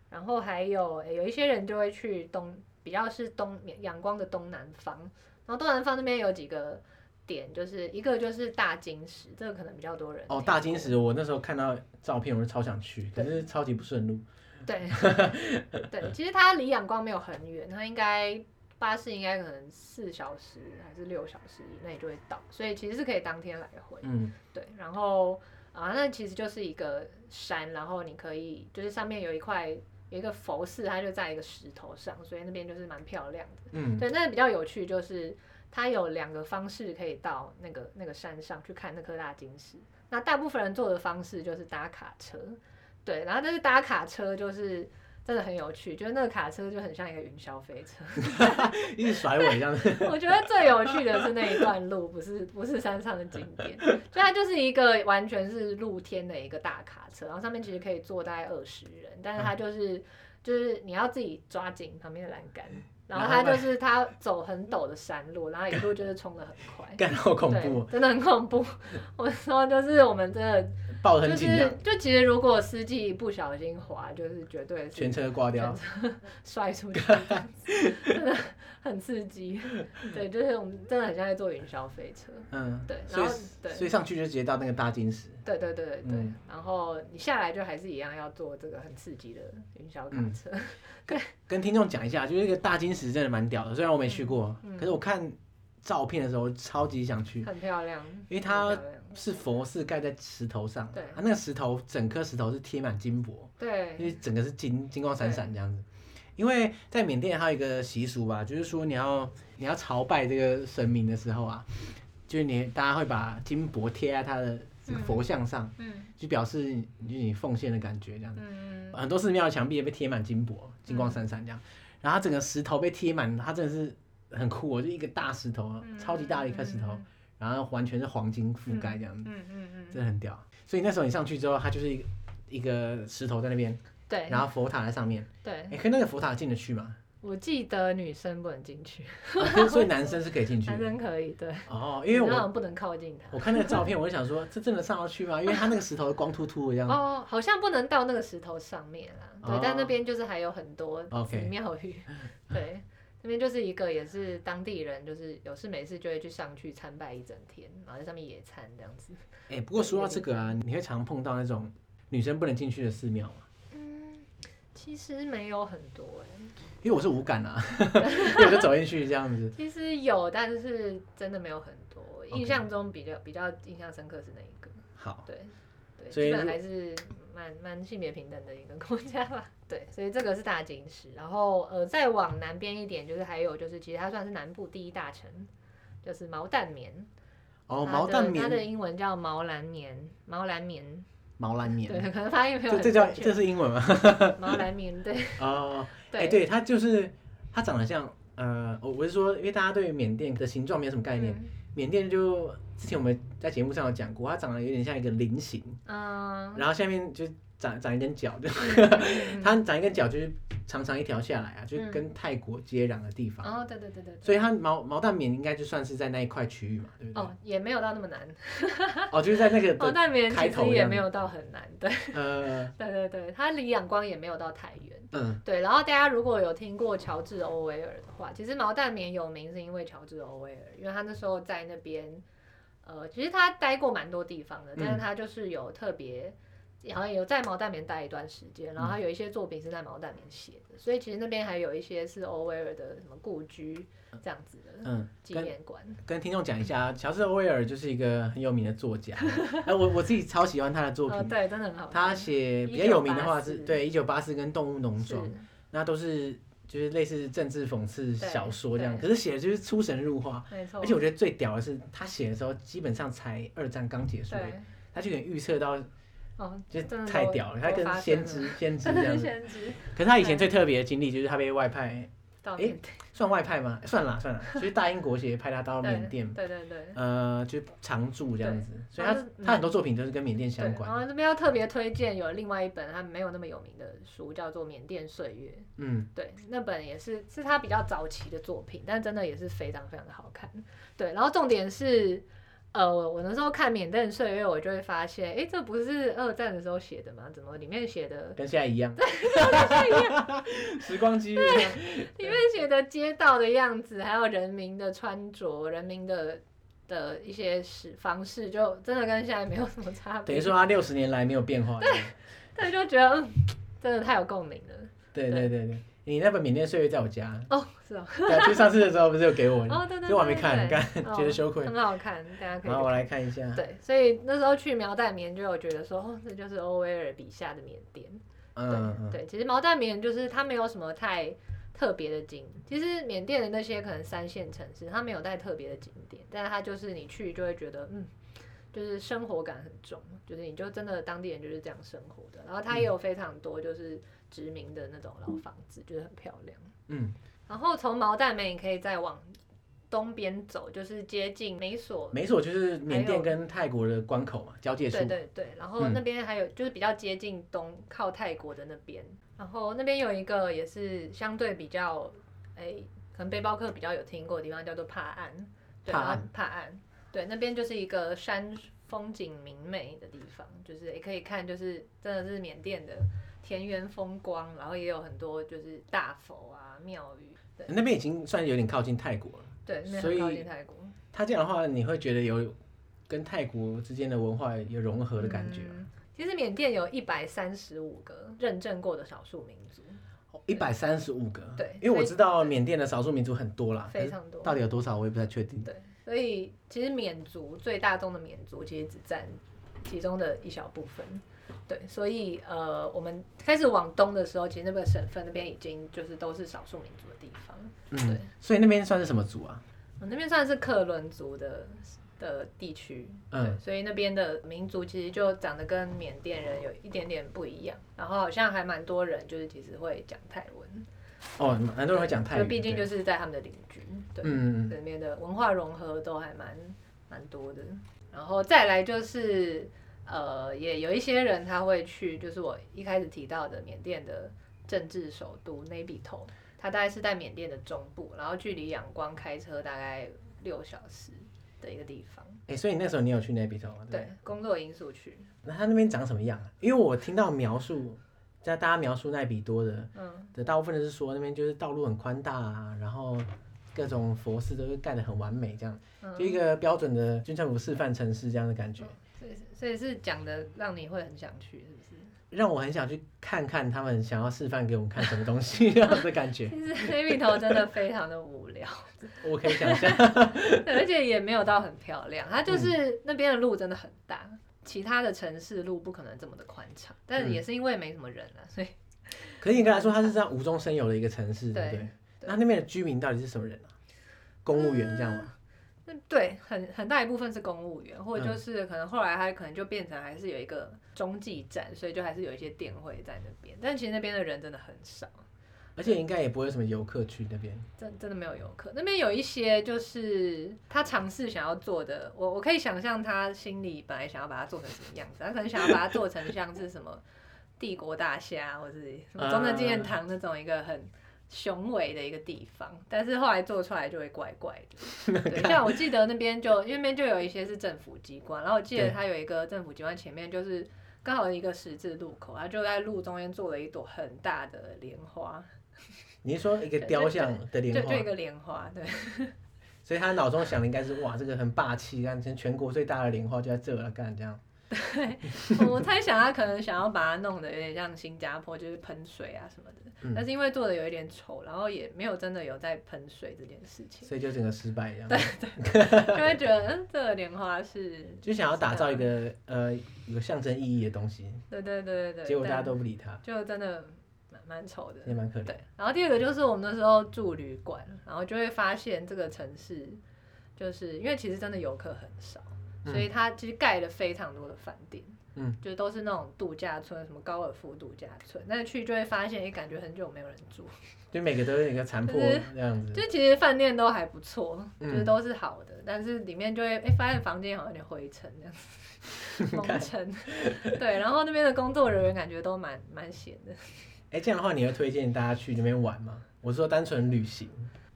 然后还有、诶有一些人就会去东，比较是东阳光的东南方，然后东南方那边有几个点，就是一个就是大金石，这个可能比较多人哦，听大过金，石，我那时候看到照片，我就超想去，可是超级不顺路。对对，其实它离阳光没有很远，它应该巴士应该可能四小时还是六小时以内就会到，所以其实是可以当天来回。嗯，对，然后啊，那其实就是一个山，然后你可以就是上面有一块有一个佛寺，它就在一个石头上，所以那边就是蛮漂亮的。嗯，对，那比较有趣就是它有两个方式可以到那个那个山上去看那颗大金石。那大部分人做的方式就是搭卡车，对，然后但是搭卡车就是真的很有趣，就是那个卡车就很像一个云霄飞车。一直甩尾这样子， 我觉得最有趣的是那一段路，不是不是山上的景点，所以它就是一个完全是露天的一个大卡车，然后上面其实可以坐大概二十人，但是它就是、就是你要自己抓紧旁边的栏杆，然后它就是它走很陡的山路，然后一路就是冲的很 快。干好恐怖对哦，，真的很恐怖。 我说就是我们真的抱得就很紧这是样，就其实如果司机不小心滑，就是绝对是全车挂掉全。摔出去，这样子真的很刺激。对，就是我们真的很像在坐云霄飞车。嗯，对，然所以后对所以上去就直接到那个大金石，对对对对对，嗯然后你下来就还是一样要坐这个很刺激的云霄卡车。跟听众讲一下，就是那个大金石真的蛮屌的，虽然我没去过，嗯嗯可是我看照片的时候超级想去，很漂亮，因为它很漂亮是佛寺盖在石头上，啊对它那个石头整颗石头是贴满金箔，因对，为整个是金金光闪闪这样子。因为在缅甸还有一个习俗吧，就是说你要你要朝拜这个神明的时候啊，就是你大家会把金箔贴在他的这个佛像上，嗯就表示你你奉献的感觉这样子。嗯，很多寺庙的墙壁也被贴满金箔，金光闪闪这样。然后它整个石头被贴满，它真的是很酷、哦，就一个大石头啊，嗯超级大的一块石头，然后完全是黄金覆盖这样子，嗯嗯嗯，真的很屌。所以那时候你上去之后，它就是一个一个石头在那边，对然后佛塔在上面。对，哎，可那个佛塔进得去 吗？我记得女生不能进去，啊可是所以男生是可以进去男的。生可以，对，哦，因为女生好我像不能靠近它。我看那个照片，我就想说，这真的上得去吗？因为它那个石头光秃秃的这样。哦，好像不能到那个石头上面啦。对，哦但那边就是还有很多 OK 寺庙 宇。对，那边就是一个也是当地人，就是有事没事就会去上去参拜一整天，然后在上面野餐这样子。哎，不过说到这个啊，你会常碰到那种女生不能进去的寺庙吗？嗯，其实没有很多哎、因为我是无感啊， 因为我就走进去这样子。其实有，但是真的没有很多。 OK 印象中比较比较印象深刻是那一个，好，对对，所以基本如还是蛮蛮性别平等的一个国家吧。 对，所以这个是大金石，然后呃，再往南边一点，就是还有就是，其实它算是南部第一大城，就是毛蛋棉。哦，它毛的蛋它啊的棉，英文叫毛蓝棉，毛蓝棉，毛蓝对，棉，可能发音没这有很这叫正确这是英文吗？ 毛蓝棉，对哦，哎，对对，它就是它长得像，呃，我我是说，因为大家对于缅甸的形状没有什么概嗯念，缅甸就之前我们在节目上有讲过，它长得有点像一个菱形，嗯，然后下面就长长一根脚，就 嗯它长一根脚就是长长一条下来啊，就是跟泰国接壤的地方，哦，对对对对对，所以它毛毛蛋棉应该就算是在那一块区域嘛，对不对？哦，也没有到那么难，哦，就是在那个毛的蛋棉开其头实这也样没有到很难，对呃对对对，它离仰光也没有到太远。嗯对，然后大家如果有听过乔治·欧威尔的话，其实毛蛋棉有名是因为乔治·欧威尔，因为他那时候在那边，呃，其实他待过蛮多地方的，但嗯是他就是有特别，好像有在毛蛋棉待一段时间，嗯然后他有一些作品是在毛蛋棉写的，所以其实那边还有一些是欧威尔的什么故居这样子的嗯，纪跟念馆。跟听众讲一下，乔治·欧威尔就是一个很有名的作 家。哎，我我自己超喜欢他的作呃，品。对，真哦的很好看。他写比较有名的话是1984对《一九八四》跟《动物农是庄》，那都是就是类似政治讽刺小说这样，对哦可是写的就是出神入化。没错，而且我觉得最屌的是，他写的时候基本上才二战刚结束而已，对，他就有点预测到，哦，就是真的太都屌了，他都跟发生先了知先知真这的样是子。 先知可是他以前最特别的经历就是他被外派，到诶缅甸，算外派吗？算了算了，就是大英国协派他到缅甸对对对。呃，就是常驻这样子，所以他然后是他很多作品都是跟缅甸嗯对，相关。然后这边要特别推荐有另外一本，它没有那么有名的书，叫做《缅甸岁月》。嗯，对，那本也是是他比较早期的作品，但真的也是非常非常的好看。对，然后重点是。呃，我那时候看《缅甸岁月》，我就会发现，诶，这不是二战的时候写的吗？怎么里面写的跟现在一 样。 时光机一样。里面写的街道的样子，还有人民的穿着、人民的的一些使方式，就真的跟现在没有什么差别。等于说，他六十年来没有变化。对，就觉得、嗯、真的太有共鸣了。对对对对，你那本《缅甸岁月》在我 家，哦，是哦，对啊，就上次的时候不是有给我，哦，对对对，这我还没看，对干哦 觉得羞愧。很好看，大家可以然后我去来看一下看。。对，所以那时候去苗代棉就有觉得说，哦，这就是欧威尔笔下的缅甸，嗯嗯，对，其实毛蛋棉就是它没有什么太特别的景，其实缅甸的那些可能三线城市，它没有太特别的景点，但是它就是你去就会觉得，嗯，就是生活感很重，就是你就真的当地人就是这样生活的。然后它也有非常多就是殖民的那种老房子，就是很漂亮。嗯，然后从毛蛋梅你可以再往东边走，就是接近美索没错，就是缅还甸有跟泰国的关口嘛，交界处对。对对，然后嗯那边还有、就是比较接近东靠泰国的那边，然后那边有一个也是相对比较，哎，可能背包客比较有听过的地方叫做帕岸，对，帕然后岸帕岸，对，那边就是一个山风景明媚的地方，就是也可以看，就是真的是缅甸的田园风光，然后也有很多就是大佛啊庙宇，对那边已经算有点靠近泰国了。对，那边所很以靠近泰国。它这样的话，你会觉得有跟泰国之间的文化有融合的感觉啊嗯其实缅甸有一百三十五个认证过的少数民族，一百三十五个，对因为我所以知道缅甸的少数民族很多啦，非常啊可多是到底有多少我也不太确定。对，所以其实缅族最大宗的缅族其实只占其中的一小部分。对，所以呃，我们开始往东的时候，其实那个省份那边已经就是都是少数民族的地方。嗯对，所以那边算是什么族啊？我那边算是克伦族的的地区，嗯对，所以那边的民族其实就长得跟缅甸人有一点点不一样，然后好像还蛮多人就是其实会讲泰文，哦，蛮多人会讲泰就语，毕竟对就是在他们的邻居，对，嗯，嗯里面的文化融合都还蛮蛮多的。然后再来就是，呃，也有一些人他会去，就是我一开始提到的缅甸的政治首都 n a b i t o 它大概是在缅甸的中部，然后距离仰光开车大概六小时的一个地方。哎，所以那时候你有去那边走吗？对，工作因素去，那它那边长什么样啊？因为我听到描述，在大家描述奈比多的嗯，的大部分人是说那边就是道路很宽大啊，然后各种佛寺都是盖得很完美，这样嗯就一个标准的军政府示范城市这样的感觉，所以所以是讲的让你会很想去，是不是？让我很想去看看他们想要示范给我们看什么东西这样的感觉， 其实 n a b i t o 真的非常的无聊。我可以想象。对而且也没有到很漂亮，它就是那边的路真的很大，其他的城市路不可能这么的宽敞，但是也是因为没什么人啊，所以可是应该来说，它是这样无中生有的一个城市，对对不对？对那那边的居民到底是什么人啊？公务员这样嗯吗？那对很很大一部分是公务员，或者就是可能后来它可能就变成还是有一个中继站，所以就还是有一些店会在那边，但其实那边的人真的很少，而且应该也不会有什么游客去那边。真真的没有游客。那边有一些就是他尝试想要做的，我我可以想象他心里本来想要把它做成什么样子，他可能想要把它做成像是什么帝国大厦啊或是什么中正纪念啊堂那种一个很。雄伟的一个地方，但是后来做出来就会怪怪 的。对，像我记得那边就因为那边就有一些是政府机关，然后我记得对它有一个政府机关前面就是刚好有一个十字路口，它就在路中间做了一朵很大的莲花，你是说一个对雕就像的就莲就一花，个莲花，对。所以他脑中想的应该是哇，这个很霸气，干全全国最大的莲花就在这了，啊干这样。 我猜想他可能想要把它弄得有点像新加坡，就是喷水啊什么的，嗯但是因为做的有一点丑，然后也没有真的有在喷水这件事情，所以就整个失败这样。就会觉得嗯，这个莲花是，就想要打造一个呃有象征意义的东西，对对对对对，结果大家但都不理他，就真的蛮蛮丑的，也蛮可怜对。。然后第二个就是我们那时候住旅馆，然后就会发现这个城市，就是因为其实真的游客很少，所以它其实盖了非常多的饭店。嗯，就都是那种度假村，什么高尔夫度假村，但是去就会发现，也感觉很久没有人住，就每个都有一个残破就是这样子。就其实饭店都还不错，嗯就是都是好的，但是里面就会哎、诶发现房间好像有点灰尘这样 子，蒙尘。 对，然后那边的工作人员感觉都蛮蛮闲的。哎、这样的话，你会推荐大家去那边玩吗？我是说单纯旅行，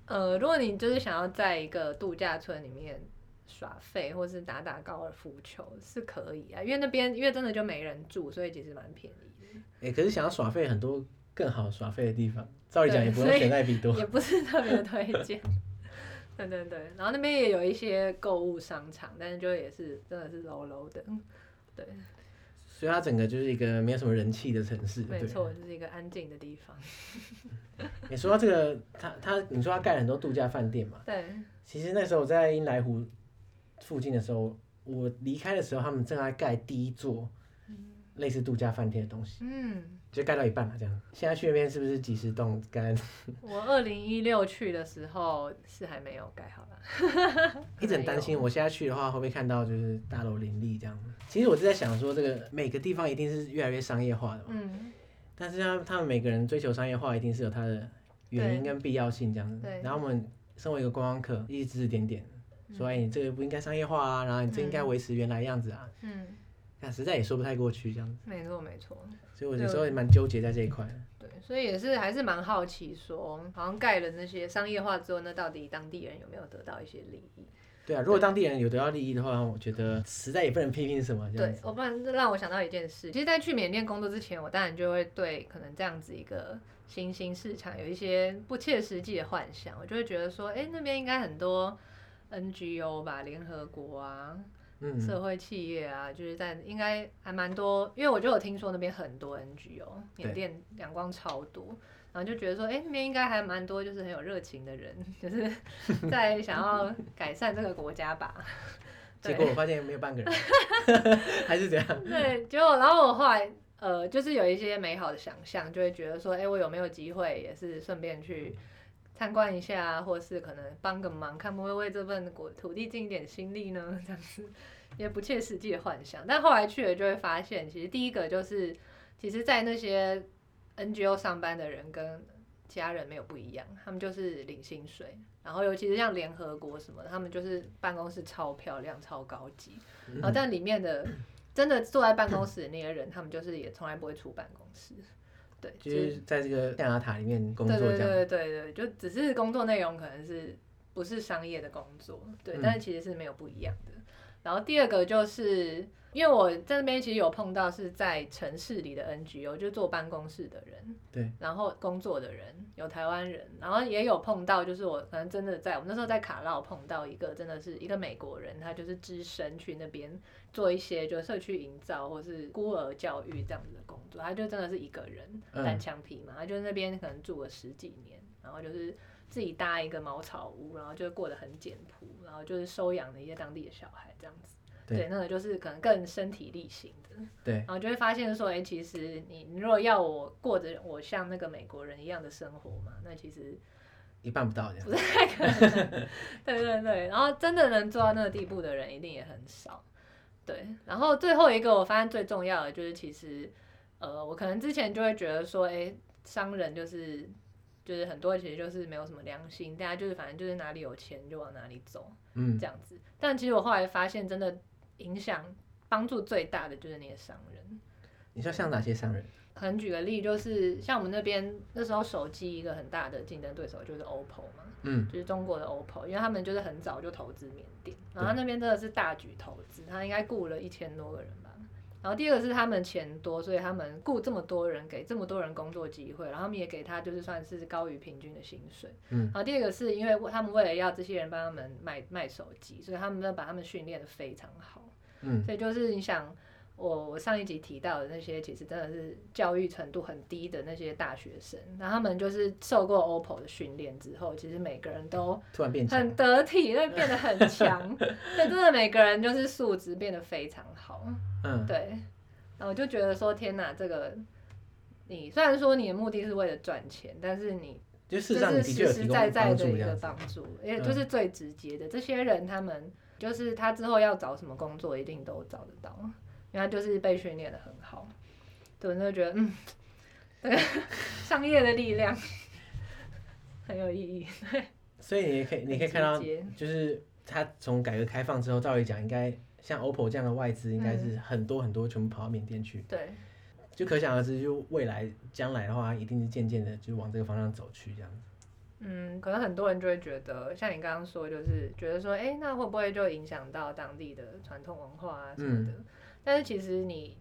呃，如果你就是想要在一个度假村里面耍废，或是打打高尔夫球是可以啊，因为那边因为真的就没人住，所以其实蛮便宜的。哎、可是想要耍废很多更好耍废的地方，照理讲也不用对所以选奈比多。 也不是特别推荐。 对对对，然后那边也有一些购物商场，但是就也是真的是 low low 的，对，所以它整个就是一个没有什么人气的城市，没对。错，就是一个安静的地 方。你说到这个，它它，你说它盖了很多度假饭店嘛？对，嗯其实那时候我在英莱湖附近的时候，我离开的时候，他们正在盖第一座类似度假饭店的东西。嗯，就盖到一半嘛，这样。现在去那边是不是即时冻干？我二零一六去的时候是还没有盖好啦，一直很担嗯心，我现在去的话会不会看到就是大楼林立这样？其实我就在想说，这个每个地方一定是越来越商业化的嘛，嗯，但是他他们每个人追求商业化一定是有它的原因跟必要性这样子对。嗯然后我们身为一个观光客，一直指指点点，说哎、你这个不应该商业化啊，然后你这应该维持原来样子啊，嗯，但实在也说不太过去这样子。没错没错，所以我有时候也蛮纠结在这一块。对，所以也是还是蛮好奇说，好像盖了那些商业化之后，那到底当地人有没有得到一些利益？对啊，如果当地人有得到利益的话，我觉得实在也不能批评什么这样对子，。我不然这让我想到一件事，其实，在去缅甸工作之前，我当然就会对可能这样子一个新兴市场有一些不切实际的幻想，我就会觉得说，哎、那边应该很多 NGO 吧，联合国啊，嗯，社会企业啊，就是在应该还蛮多，因为我就有听说那边很多 NGO，缅对甸阳光超多，然后就觉得说，哎、那边应该还蛮多，就是很有热情的人，就是在想要改善这个国家吧。结对果我发现没有半 个人，还是这样。对，结果然后我后来呃，就是有一些美好的想象，就会觉得说，哎、我有没有机会也是顺便去参观一下，或是可能帮个忙，看会不会为这份国土地尽一点心力呢？ 这样子也不切实际的幻想。但后来去了就会发现，其实第一个就是，嗯其实，在那些 NGO 上班的人跟家人没有不一样，他们就是领薪水，然后尤其是像联合国什么的，他们就是办公室超漂亮、超高级，然后哦但里面的真的坐在办公室的那些人，他们就是也从来不会出办公室，对，就就是是在这个象牙塔里面工嗯对作对这样。对对对，就只是工作内容可能是不是商业的工作，对，嗯但是其实是没有不一样的。然后第二个就是，因为我在那边其实有碰到是在城市里的 NGO，就是坐办公室的人，对，然后工作的人有台湾人，然后也有碰到，就是我可能真的在我们那时候在卡拉有碰到一个真的是一个美国人，他就是只身去那边做一些就是社区营造或是孤儿教育这样子的工作，他就真的是一个人嗯单枪匹马，他就那边可能住了十几年，然后就是自己搭一个茅草屋，然后就过得很简朴，然后就是收养了一些当地的小孩这样子。对对，那个就是可能更身体力行的。对然后就会发现说，哎、其实你你如果要我过着我像那个美国人一样的生活嘛，那其实一半不到这样不。太可能。对对对，然后真的能做到那个地步的人，一定也很少。对，然后最后一个我发现最重要的就是，其实呃，我可能之前就会觉得说，哎、商人就是就是很多其实就是没有什么良心，大家就是反正就是哪里有钱就往哪里走。嗯这，样子。但其实我后来发现，真的影响帮助最大的就是那些商人。你说像哪些商人？可能举个例，就是像我们那边那时候手机一个很大的竞争对手就是 OPPO 嘛，嗯，就是中国的 OPPO，因为他们就是很早就投资缅甸，然后对那边真的是大举投资，他应该雇了一千多个人吧。然后第二个是他们钱多，所以他们雇这么多人，给这么多人工作机会，然后他们也给他就是算是高于平均的薪水。嗯然后第二个是因为他们为了要这些人帮他们卖卖手机，所以他们都把他们训练的非常好。嗯，所以就是你想，我我上一集提到的那些，其实真的是教育程度很低的那些大学生，那他们就是受过 OPPO 的训练之后，其实每个人都突然变很强。得体，那变得很 强，那真的每个人就是素质变得非常好。嗯，对，然后我就觉得说，天哪，这个你虽然说你的目的是为了赚钱，但是你就事实这上你是的确有实提实供在在帮的助一这个样子嗯帮。助，也就是最直接的。这些人他们就是他之后要找什么工作，一定都找得到，啊因为他就是被训练的很好。对，我就觉得嗯，这个 商业的力量 很有意义。所以你也可以，你可以很看到直，接就是他从改革开放之后，照理讲应该像 OPPO 这样的外资，应该嗯是很多很多全部跑到缅甸去，对就可想而知，就未来将来的话，一定是渐渐的就往这个方向走去这样子。嗯，可能很多人就会觉得，像你刚刚说，就是觉得说，哎、那会不会就影响到当地的传统文化啊什么嗯的？但是其实你，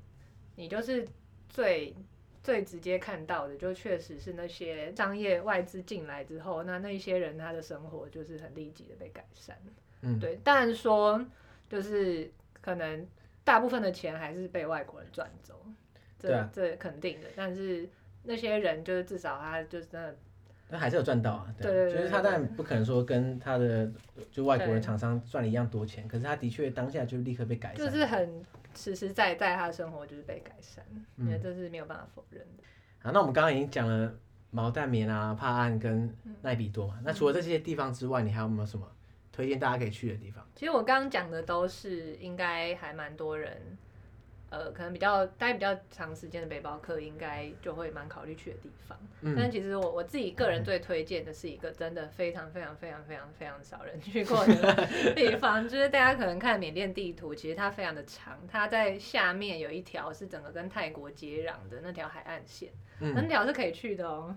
你就是最最直接看到的，就确实是那些商业外资进来之后，那那一些人他的生活就是很立即的被改善。嗯，对，当然说就是可能大部分的钱还是被外国人赚走，这、对啊这肯定的。但是那些人就是至少他就是真的但还是有赚到啊。对啊对对就是他当然不可能说跟他的就外国人对厂商赚了一样多钱，可是他的确当下就立刻被改善。就是很实实在在，他的生活就是被改善，我嗯觉得这是没有办法否认的。好，那我们刚刚已经讲了毛蛋棉啊、帕岸跟嗯奈比多嘛。那除了这些地方之外，你还有没有什么推荐大家可以去的地方？其实我刚刚讲的都是应该还蛮多人，呃，可能比较待比较长时间的背包客，应该就会蛮考虑去的地方。但嗯，其实我我自己个人最推荐的是一个真的非常非常非常非常非常少人去过的地 方，就是大家可能看缅甸地图，其实它非常的长，它在下面有一条是整个跟泰国接壤的那条海岸线，那嗯，条是可以去的哦。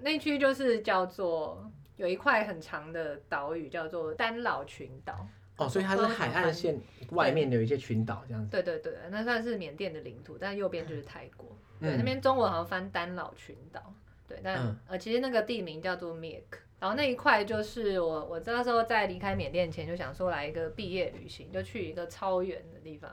那区就是叫做有一块很长的岛屿叫做丹老群岛，哦，所以它是海岸线外面有一些群岛这样子。对对对，那算是缅甸的领土，但右边就是泰国。对，嗯那边中文好像翻丹老群岛。对，但、嗯呃，其实那个地名叫做 Miek。然后那一块就是我，我那时候在离开缅甸前就想说来一个毕业旅行，就去一个超远的地方。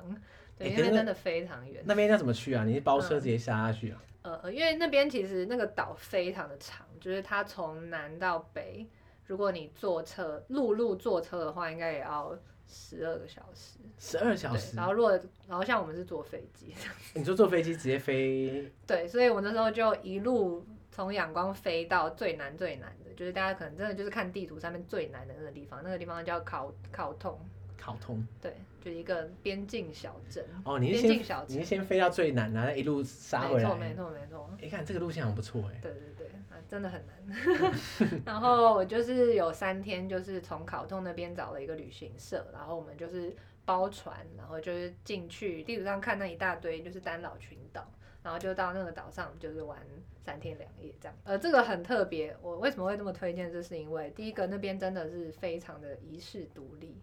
对，欸因可是为那真的非常远。那边要怎么去啊？你是包嗯车直接下下去啊？呃，因为那边其实那个岛非常的长，就是它从南到北，如果你坐车陆路坐车的话，应该也要十二个小时。十二小对，时然？后如果然后像我们是坐飞机，你就坐飞机直接飞？对，所以我那时候就一路从仰光飞到最南最南的，就是大家可能真的就是看地图上面最南的那个地方，那个地方叫考考通，考通对，就是一个边境小镇，哦，你边是境先小你镇是，先飞到最南，然后一路杀回没错来没。错没错，你看这个路线很不错哎，对对对，啊，真的很难。 然后我就是有三天，就是从考通那边找了一个旅行社，然后我们就是包船，然后就是进去地图上看那一大堆就是丹老群岛，然后就到那个岛上就是玩三天两夜这样。呃，这个很特别，我为什么会这么推荐？这是因为第一个那边真的是非常的遗世独立。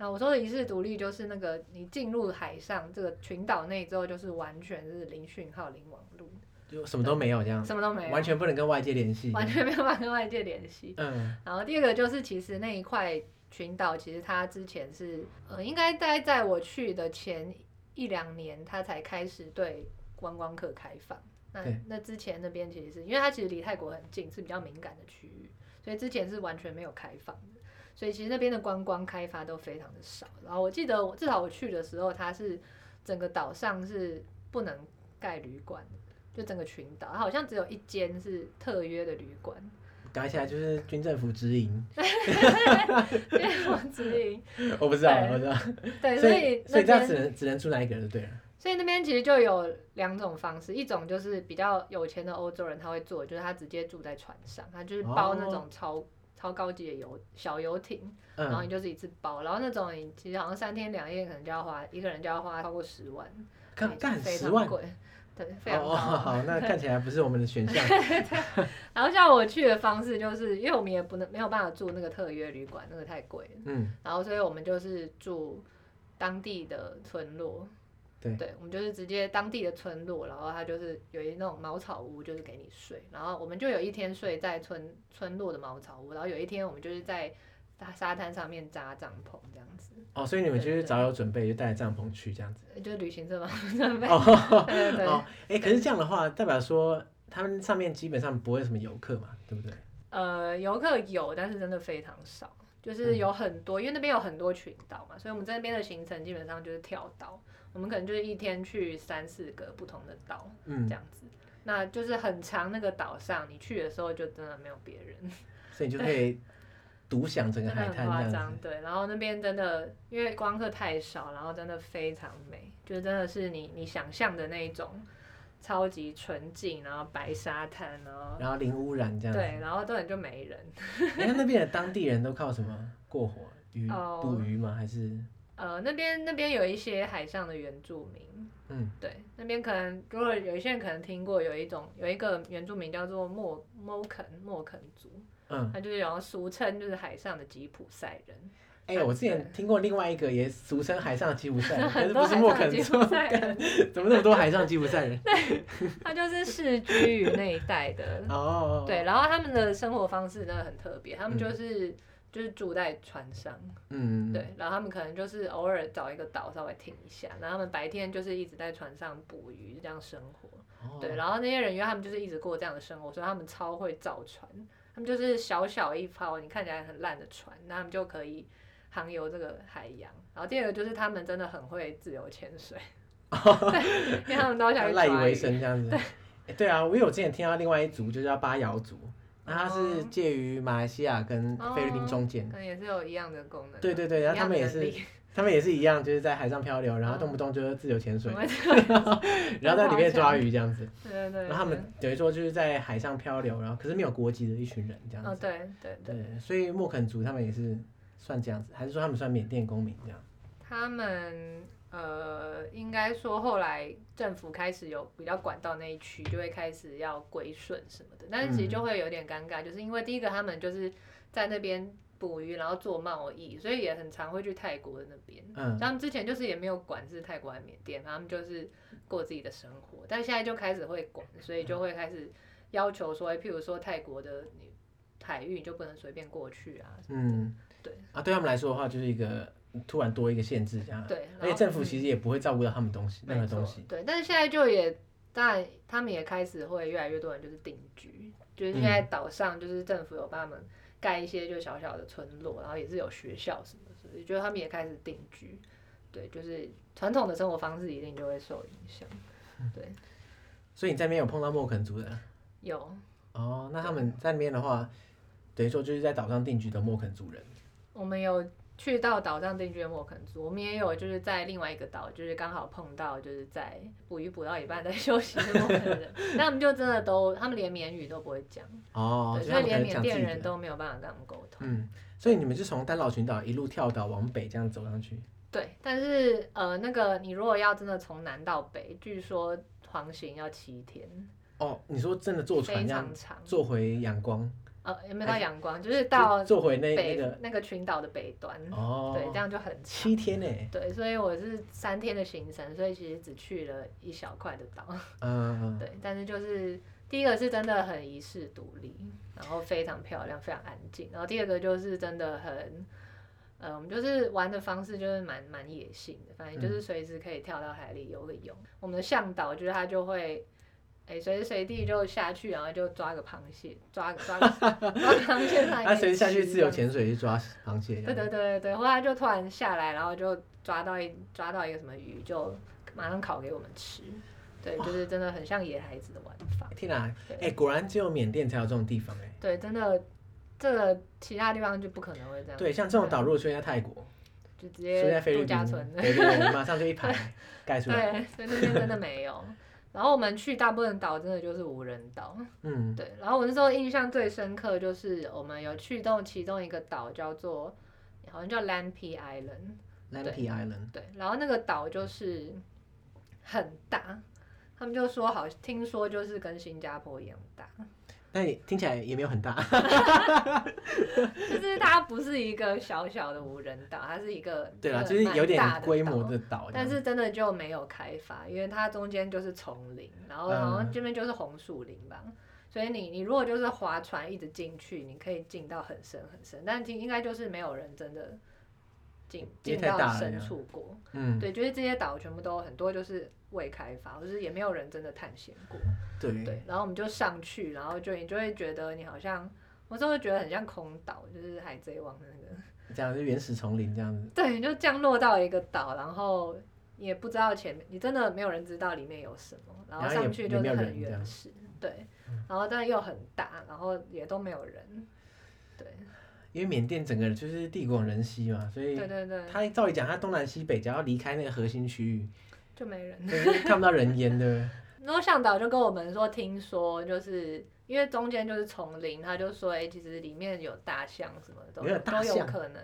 那我说的遗世独立，就是那个你进入海上这个群岛内之后，就是完全是零讯号、零网络，就什么都没有这样，什么都没有，完全不能跟外界联系。啊完全没有办法跟外界联系。嗯然后第二个就是，其实那一块群岛，其实它之前是呃，应该在在我去的前一两年，它才开始对观光客开放。那对那之前那边其实是因为它其实离泰国很近，是比较敏感的区域，所以之前是完全没有开放的。所以其实那边的观光开发都非常的少。然后我记得我至少我去的时候，它是整个岛上是不能盖旅馆的，就整个群岛它好像只有一间是特约的旅馆。讲起来就是军政府指 引，对，我指引。我不知道，对我不知道。对，所所以以所那以这样只边，能只能住哪一个人就对啊了。所以那边其实就有两种方式，一种就是比较有钱的欧洲人他会做，就是他直接住在船上，他就是包那种超、超高级的游小游艇，然后哦嗯，你就自己自包，然后那种你其实好像三天两夜可能就要花一个人就要花超过十万，看干非十常万，贵，对，非常高。哦， 好，那看起来不是我们的选项。然后像我去的方式就是，因为我们也不能没有办法住那个特约旅馆，那个太贵了。嗯，然后所以我们就是住当地的村落。对我们就是直接当地的村落，然后它就是有一那种茅草屋，就是给你睡。然后我们就有一天睡在村村落的茅草屋，然后有一天我们就是在沙沙滩上面扎帐篷这样子，哦，所以你们就是对对早有准备，就带着帐篷去这样子。就是旅行社嘛，准备。哦， 对对对，哦，哎，可是这样的话，代表说他们上面基本上不会有什么游客嘛，对不对？呃，游客有，但是真的非常少，就是嗯有很多，因为那边有很多群岛嘛，所以我们在那边的行程基本上就是跳岛，我们可能就是一天去三四个不同的岛，嗯这，样子。那就是很长那个岛上，你去的时候就真的没有别人，所以你就可以独享整 真个的海很滩夸这样张。子。对，然后那边真的因为观光客太少，然后真的非常美，就是真的是你你想象的那一种超级纯净，然后白沙滩，然后然后零污染这样子。对，然后根本就没人。 哎，那那边的当地人都靠什么过活？鱼哦捕鱼吗？还是呃，那边那边有一些海上的原住民，嗯对，那边可能如果有一些人可能听过，有一种有一个原住民叫做莫莫肯莫肯族，嗯？他就是然后俗称就是海上的吉普赛 人。哎、我之前听过另外一个也俗称海上吉普赛 人，但很是多不是海莫上肯吉说普，赛人， 怎么那么多海上吉普赛人？，他就是世居于那一带的 哦，对，，然后他们的生活方式真的很特别，他们就是、就是住在船上，嗯，对，然后他们可能就是偶尔找一个岛稍微停一下，然后他们白天就是一直在船上捕鱼这样生活，哦对，，然后那些人因为他们就是一直过这样的生活，所以他们超会造船，他们就是小小一泡，你看起来很烂的船，那他们就可以航游这个海洋。然后第二个就是他们真的很会自由潜 水，对，因为他们都想去赖以抓为鱼生这样 子。欸对啊，我有之前听到另外一组就叫巴瑶族，那它是哦介于马来西亚跟菲律宾中间。可能也是有一样的功能。对对对，一然样后的他们也能是，力他们也是一样，就是在海上漂流，然后嗯动不动就是自由潜水我，们这个然后在里面很好抓鱼这样子。对 对对，然后他们等于说就是在海上漂流，然后可是没有国籍的一群人这对样哦子。对对对，对，所以莫肯族他们也是算这样子，还是说他们算缅甸公民这样？他们呃，应该说后来政府开始有比较管到那一区，就会开始要归顺什么的，但是其实就会有点尴尬，就是因为第一个他们就是在那边捕鱼，然后做贸易，所以也很常会去泰国的那边。嗯，他们之前就是也没有管是泰国还是缅甸，他们就是过自己的生活，但现在就开始会管，所以就会开始要求说，哎譬如说泰国的你海域你就不能随便过去啊。嗯，对啊，对他们来说的话，就是一个突然多一个限制这样。对，然后而且政府嗯其实也不会照顾到他们东西，任何没错东西。。对，但是现在就也，当然他们也开始会越来越多人就是定居，就是嗯现在岛上就是政府有帮他们盖一些就小小的村落，然后也是有学校什么的，所以就他们也开始定居。对，就是传统的生活方式一定就会受影响。对，所以你在那边有碰到莫肯族人有哦？那他们在那边的话，等于说就是在岛上定居的莫肯族人。我们有去到岛上定居的莫肯族，我们也有就是在另外一个岛，就是刚好碰到就是在捕鱼捕到一半在 休息的莫肯人，那他们就真的都他们连缅语都不会讲。哦，对，就所他以们可连能缅讲自甸己人的。都没有办法跟他们沟通。嗯，所以你们是从丹老群岛一路跳岛往北这样走上去。对，但是呃，那个你如果要真的从南到北，据说航行要七天，哦，你说真的坐船非这样常长。坐回阳光，呃，也没还到是阳光，就是到就坐回那北那个那个群岛的北端。哦，对，这样就很七长。天呢，对，所以我是三天的行程，所以其实只去了一小块的岛。嗯，对，但是就是第一个是真的很遗世独立，然后非常漂亮，非常安静。然后第二个就是真的很，呃，我们就是玩的方式就是蛮蛮野性的，反嗯正就是随时可以跳到海里游个泳。我们的向导就是他就会。哎，随时随地就下去，然后就抓个螃蟹，抓个抓个抓个螃蟹上来。 他随时啊下去自由。潜水去抓螃蟹这样，对对对对对，后来就突然下来，然后就抓到一抓到一个什么鱼，就马上烤给我们吃。对，就是真的很像野孩子的玩法。天哪，对哎，果然只有缅甸才有这种地方哎。对，真的，这个其他地方就不可能会这样，对，像这种岛如果出现在泰国，就直出现在接菲律啊宾度假村，。对对对，马上就一排盖出来。对，所以那边真的没有。然后我们去大部分岛真的就是无人岛，嗯，对。然后我那时候印象最深刻就是我们有去到其中一个岛叫做，好像叫 Lampi Island， Lampi Island，对。然后那个岛就是很大，他们就说好，听说就是跟新加坡一样大，但也听起来也没有很大。就是它不是一个小小的无人岛，它是一个对一啦，个就是有蛮大点的规岛模的岛这样但子。是真的就没有开发，因为它中间就是丛林，然后嗯然后这边就是红树林吧，所以你你如果就是划船一直进去，你可以进到很深很深，但应应该就是没有人真的进因为进太大到了深呀处过。嗯，对，就是这些岛全部都很多就是未开发，就是也没有人真的探险过。对，对，然后我们就上去，然后就你就会觉得你好像，我就会觉得很像空岛，就是海贼王的那个。 这样就原始丛林这样子。对，你就降落到一个岛，然后也不知道前面，你真的没有人知道里面有什么，然后然后也上去就也没是有人很这样嗯原始，对，然后但又很大，然后也都没有人，对，因为缅甸整个就是地广人稀嘛，所以对对对，它照理讲，它东南西北只要离开那个核心区域，就没人。就是看不到人烟的。然后向导就跟我们说，听说就是因为中间就是丛林，他就说，哎、其实里面有大象什么的都里面有大都有象可能，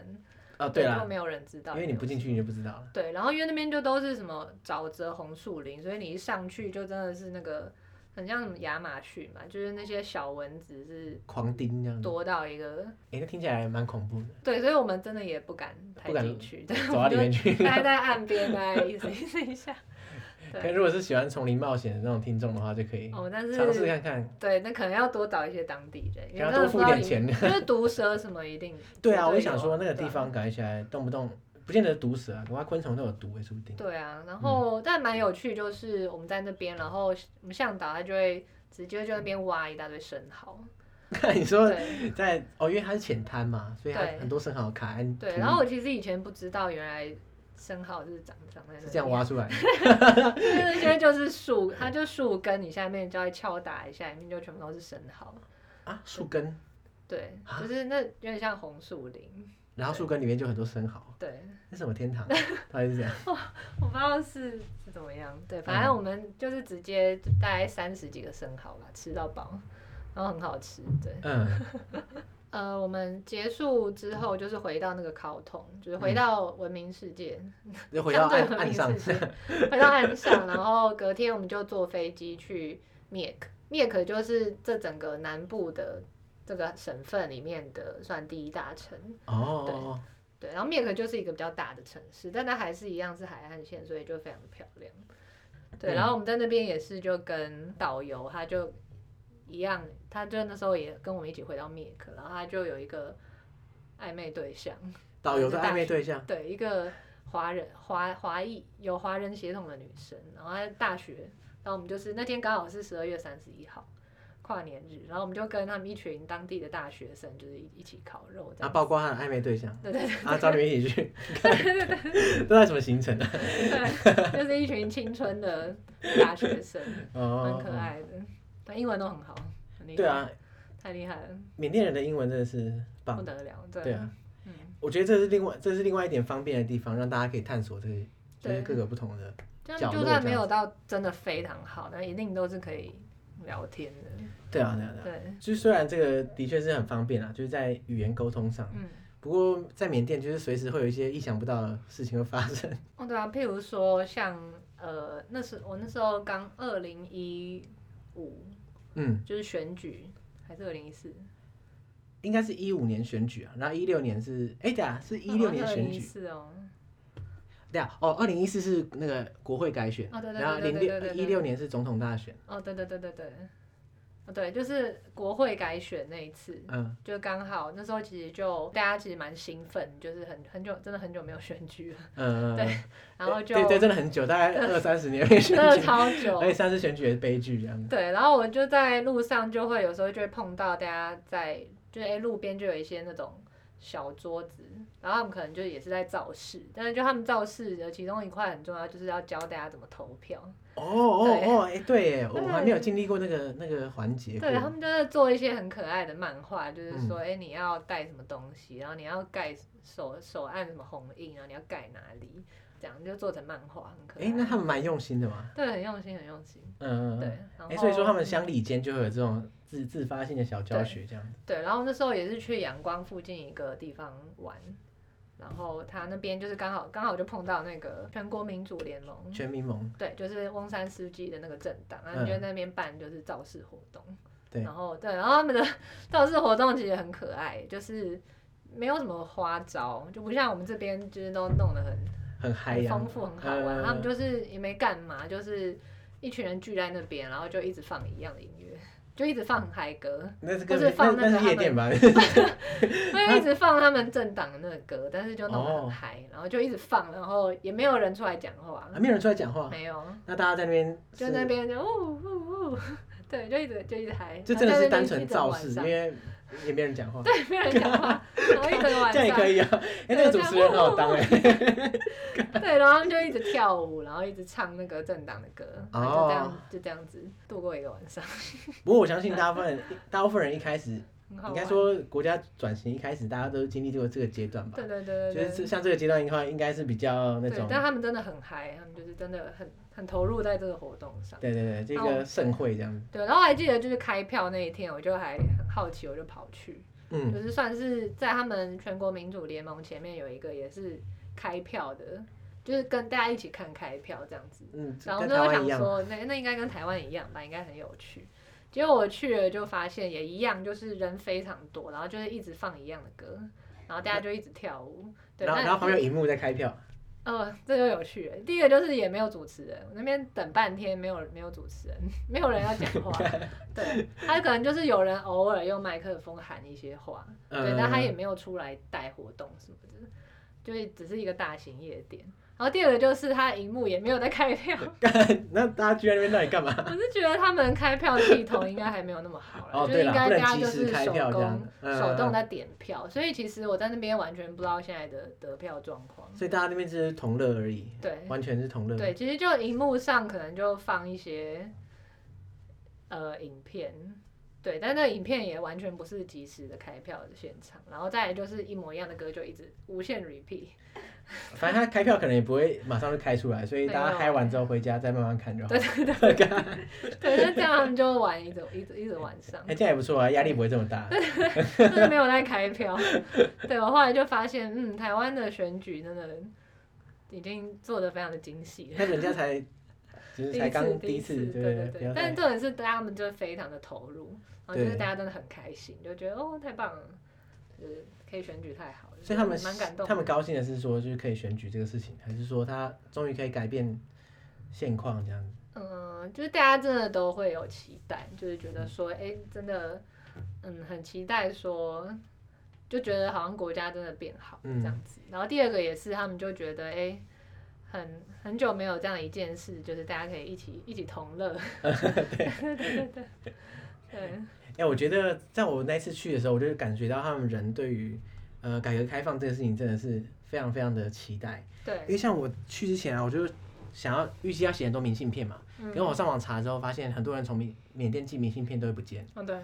哦，对就啦，没有人知道，因为你不进去你就不知道了。对，然后因为那边就都是什么沼泽红树林，所以你一上去就真的是那个很像什么亚马逊嘛，就是那些小蚊子是狂盯这样子，多到一个，哎，那听起来蛮恐怖 的，对，所以我们真的也不敢太不敢进去，对，走到里面去。 待在岸边待意思意思 一下，可对，如果是喜欢丛林冒险的那种听众的话，就可以哦，但尝试是看看，对，那可能要多找一些当地人，因然为后真多的不付知一道点里面钱。就是毒蛇什么一定对啊，我就也想说那个地。对啊方感觉起来动不动不见得毒蛇啊，恐怕昆虫都有毒诶，说不定。对啊，然嗯后、但蛮有趣，就是我们在那边，然后我们向导他就会直接就在那边挖一大堆生蚝，看 你说对在哦，因为它是浅滩嘛，所以它对很多生蚝卡。你对，徒然后我其实以前不知道，原来生蚝是长长在那是这样挖里，出来的，就是因为就是树，它就树根，你下面就要敲打一下，里面就全部都是生蚝。 啊，树根，对，啊就是那有点像红树林。然后树根里面就很多生蚝，对，那什么天堂？到底是这 样？我不知道是是怎么样。对，嗯反正我们就是直接大概三十几个生蚝吧，吃到饱，然后很好吃。对，嗯，呃，我们结束之后就是回到那个烤桶，就是回到文明世界， 就回到相对岸文岸明上世，界，回到岸上，然后隔天我们就坐飞机去灭克，灭克就是这整个南部的这个省份里面的算第一大城。 哦，对，然后灭克就是一个比较大的城市，但它还是一样是海岸线，所以就非常的漂亮。对，嗯然后我们在那边也是就跟导游，他就一样，他就那时候也跟我们一起回到灭克，然后他就有一个暧昧对象，导游的就大暧昧学对象，对，一个华人华华裔有华人血统的女生，然后她在大学，然后我们就是那天刚好是十二月三十一号跨年日，然后我们就跟他们一群当地的大学生就是一一起烤肉这啊，样曝光他的暧昧对象，对对对啊，找你们一起 去，都在什么行程啊？对， 就是一群青春的大学生，哦，蛮可爱的，但英文都很好，很厉害，对，啊，太厉害了，缅甸人的英文真的是不棒，得了，对，对啊，嗯，我觉得这是另外这是另外一点方便的地方，让大家可以探索这个就是对各个不同的，这角样落就算没有到真的非常好，但一定都是可以聊天的，对啊，对啊，对啊。对，就是虽然这个的确是很方便啦，啊就是在语言沟通上，嗯。不过在缅甸就是随时会有一些意想不到的事情会发生。 哦，对啊，譬如说像呃，那时我那时候刚二零一五，嗯，就是选举，还是二零一四？应该是一五年选举啊，然后一六年是哎、等下是一六年选举，四哦，对啊，哦，二零一四是那个国会改选，哦对对对然后对零对六对对一对六年是总统大选，哦，对对对对对，哦对，就是国会改选那一次，嗯，就刚好那时候其实就大家其实蛮兴奋，就是很很久真的很久没有选举了，呃，对然后就对对，真的很久，大概二三十年没选真的举，哎超 久，而且上次选举也是悲剧这样子，对，然后我就在路上就会有时候就会碰到大家在，就是哎路边就有一些那种小桌子，然后他们可能就也是在造势，但是就他们造势的其中一块很重要，就是要教大家怎么投票。哦哦对哦，哎、对耶，我对还没有经历过那个那个环节过对，，他们就在做一些很可爱的漫画，嗯就是说哎、诶你要带什么东西，然后你要盖手手按什么红印，然后你要盖哪里，这样就做成漫画，很可哎、爱。那他们蛮用心的嘛，对，很用心，很用心。嗯嗯，嗯对，然后、哎、所以说他们乡里间就会有这种自自发性的小教对学这样子。对，然后那时候也是去阳光附近一个地方玩，然后他那边就是刚好刚好就碰到那个全国民主联盟，全民盟，对，就是翁山司机的那个政党，他嗯们就在那边办就是造势活动，对然后对，然后他们的 造势活动其实很可爱，就是没有什么花招，就不像我们这边就是都弄得很很嗨啊很呀，丰富很好玩，他们嗯就是也没干嘛，就是一群人聚在那边，然后就一直放一样的音乐，就一直放嗨歌。那是不跟是放那那个是夜店吧？ 会一直放 他们政党的那个歌，但是就弄得哦很嗨、然后就一直放，然后也没有人出来讲话，啊还没有人出来讲话，没有，那大家在那边就是那边就哦呜呜呜，对，就一直就一直嗨，就真的是单纯然造后在那势，因边一直晚上为也没人讲话，对，没有人讲话，然后一整个晚 这样也可上，以啊。哎，那个主持人很好当哎，对，然后他们就一直跳舞，然后一直唱那个政党的歌，然后就这样、哦就这样子度过一个晚上，不过我相信大部分大部分人一开始，很好应玩。该说国家转型一开始，大家都经历过这个阶段吧对。对对就对是对。像这个阶段的话，应该是比较那对种，，但他们真的很嗨，他们就是真的很很投入在这个活动上。对对对，这那我个盛会这样子。对，然后还记得就是开票那一天，我就还很好奇，我就跑去，嗯，就是算是在他们全国民主联盟前面有一个也是开票的，就是跟大家一起看开票这样子。嗯，然后跟就台会湾一想样，说，那那应该跟台湾一样吧，应该很有趣。结果我去了就发现也一样，就是人非常多，然后就是一直放一样的歌，然后大家就一直跳舞。对，然后那然后旁边有荧幕在开票，呃，这就有趣了。第一个就是也没有主持人，我那边等半天没有没有主持人， 没有人要讲 话。对，他可能就是有人偶尔用麦克风喊一些话，对，嗯但他也没有出来带活动什么的，就是只是一个大型夜店。然后第二个就是它的荧幕也没有在开票， 嗯那大家聚在那边到底干嘛？我是觉得他们开票系统应该还没有那么好哦啦，就对应啦该不能大家及就时是开手票这样工嗯手动在点票，所以其实我在那边完全不知道现在的得票状况。所以大家那边就是同乐而已，对完全是同乐。对，其实就荧幕上可能就放一些呃影片，对，但那影片也完全不是及时的开票的现场，然后再来就是一模一样的歌就一直无限 repeat。 反正他开票可能也不会马上就开出来，所以大没家有欸嗨完之后回家再慢慢看就好对。对对对，那这样他们就玩一整一整一整晚上哎、，这样也不错啊，压力不会这么大。就是没有在开票。 对我后来就发现，嗯，台湾的选举真的已经做的非常的精细了。那人家才就是才刚第第一一次，次，第一次对对对不要对。但太是重点是，大家们就非常的投入，然后就是对大家真的很开心，就觉得哦太棒了，就是可以选举太好了，所以他们蛮感动的。他们高兴的是说就是可以选举这个事情，还是说他终于可以改变现况这样子？嗯，就是大家真的都会有期待，就是觉得说，哎、真的，嗯，很期待说，就觉得好像国家真的变好嗯这样子。然后第二个也是，他们就觉得，哎、很很久没有这样一件事，就是大家可以一起一起同 乐。 对对对对对，哎、我觉得在我那次去的时候，我就感觉到他们人对于呃改革开放这个事情真的是非常非常的期待。因对，为像我去之前啊，我就想要预计要写很多明信片嘛，嗯可是我上网查之后发现很多人从缅缅甸寄明信片都会不 见，哦对，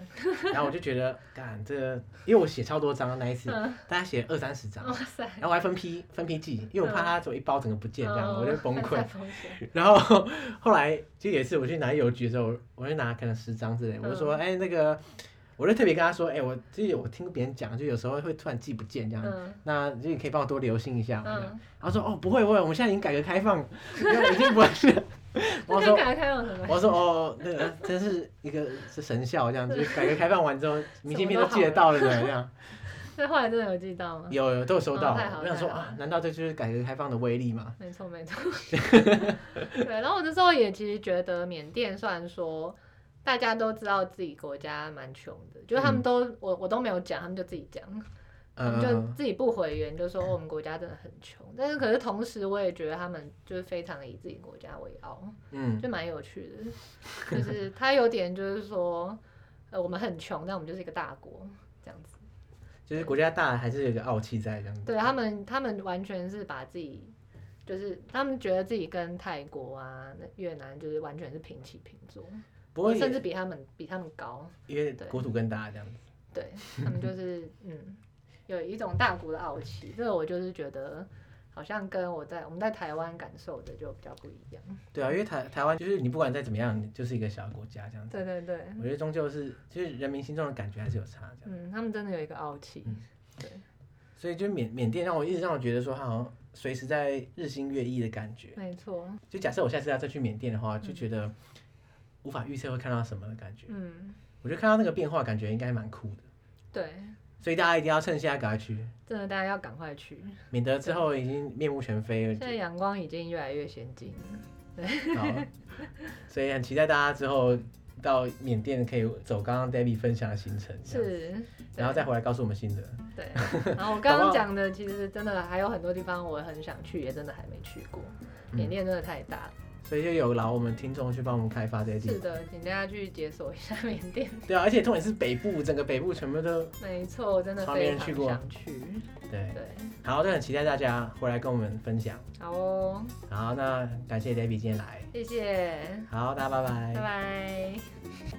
然后我就觉得干这个，因为我写超多张那一次，嗯，大概写了二三十张哇。塞， 然后我还分批分批寄，因为我怕它走一包整个不见这样，哦我就崩溃太。风险然后后来就有一次我去拿邮局的时候，我就拿可能十张之类，我就嗯说，哎、那个，我就特别跟他说，哎、我就有我听别人讲，就有时候会突然寄不见这样，嗯那就你可以帮我多留心一下。嗯，然后说，哦，不会不会，我们现在已经改革开放，已经不会了。 这我跟说。改革开放有什么关我说哦，那个真是一个是神效这样子，就是改革开放完之后，明信片都寄得到了呢，这样系？所以后来真的有记到吗？有有都有收到哦太好。我想说太好啊，难道这就是改革开放的威力吗？没错， 没错。对，然后我那时候也其实觉得缅甸虽然说大家都知道自己国家蛮穷的，就是嗯他们都、我我都没有讲，他们就自己讲， 他们就嗯，自己不回言，就说、哦我们国家真的很穷。但是可是同时我也觉得他们就是非常以自己国家为傲，嗯，就蛮有趣的，就是他有点就是说，呃，我们很穷，但我们就是一个大国这样子。就是国家大还是有一个傲气在这样子。对他们，他们完全是把自己，就是他们觉得自己跟泰国啊、那越南就是完全是平起平坐，不过甚至也比他们比他们高。因为对国土更大这样子。对他们 就是嗯，有一种大国的傲气。这个我就是觉得，好像跟我在我们在台湾感受的就比较不一样。对啊，因为台台湾就是你不管再怎么样，你就是一个小国家这样子。对对对，我觉得终究是就是人民心中的感觉还是有差这样。嗯，他们真的有一个傲气。嗯对，所以就缅缅甸让我一直让我觉得说，它好像随时在日新月异的感觉。没错。就假设我下次要再去缅甸的话，嗯就觉得无法预测会看到什么的感觉。嗯，我觉得看到那个变化，感觉应该蛮酷的。对，所以大家一定要趁现在赶快去，真的大家要赶快去。免得之后已经面目全非了现。在阳光已经越来越先进了。嗯好，所以很期待大家之后到缅甸可以走刚刚 Debbie 分享的行程，这样子，是。然后再回来告诉我们心得。对， 然后我刚刚讲的，其实真的还有很多地方我很想去，也真的还没去过。嗯缅甸真的太大了，所以就有劳我们听众去帮我们开发这些地是方。的，请大家去解锁一下缅甸。 对啊，而且重点是北部，整个北部全部都没错，我真的从来没非人去常过想去。对。对，好，就很期待大家回来跟我们分享。好哦，好，那感谢 Debbie 今天来。谢谢，好，大家拜拜拜拜。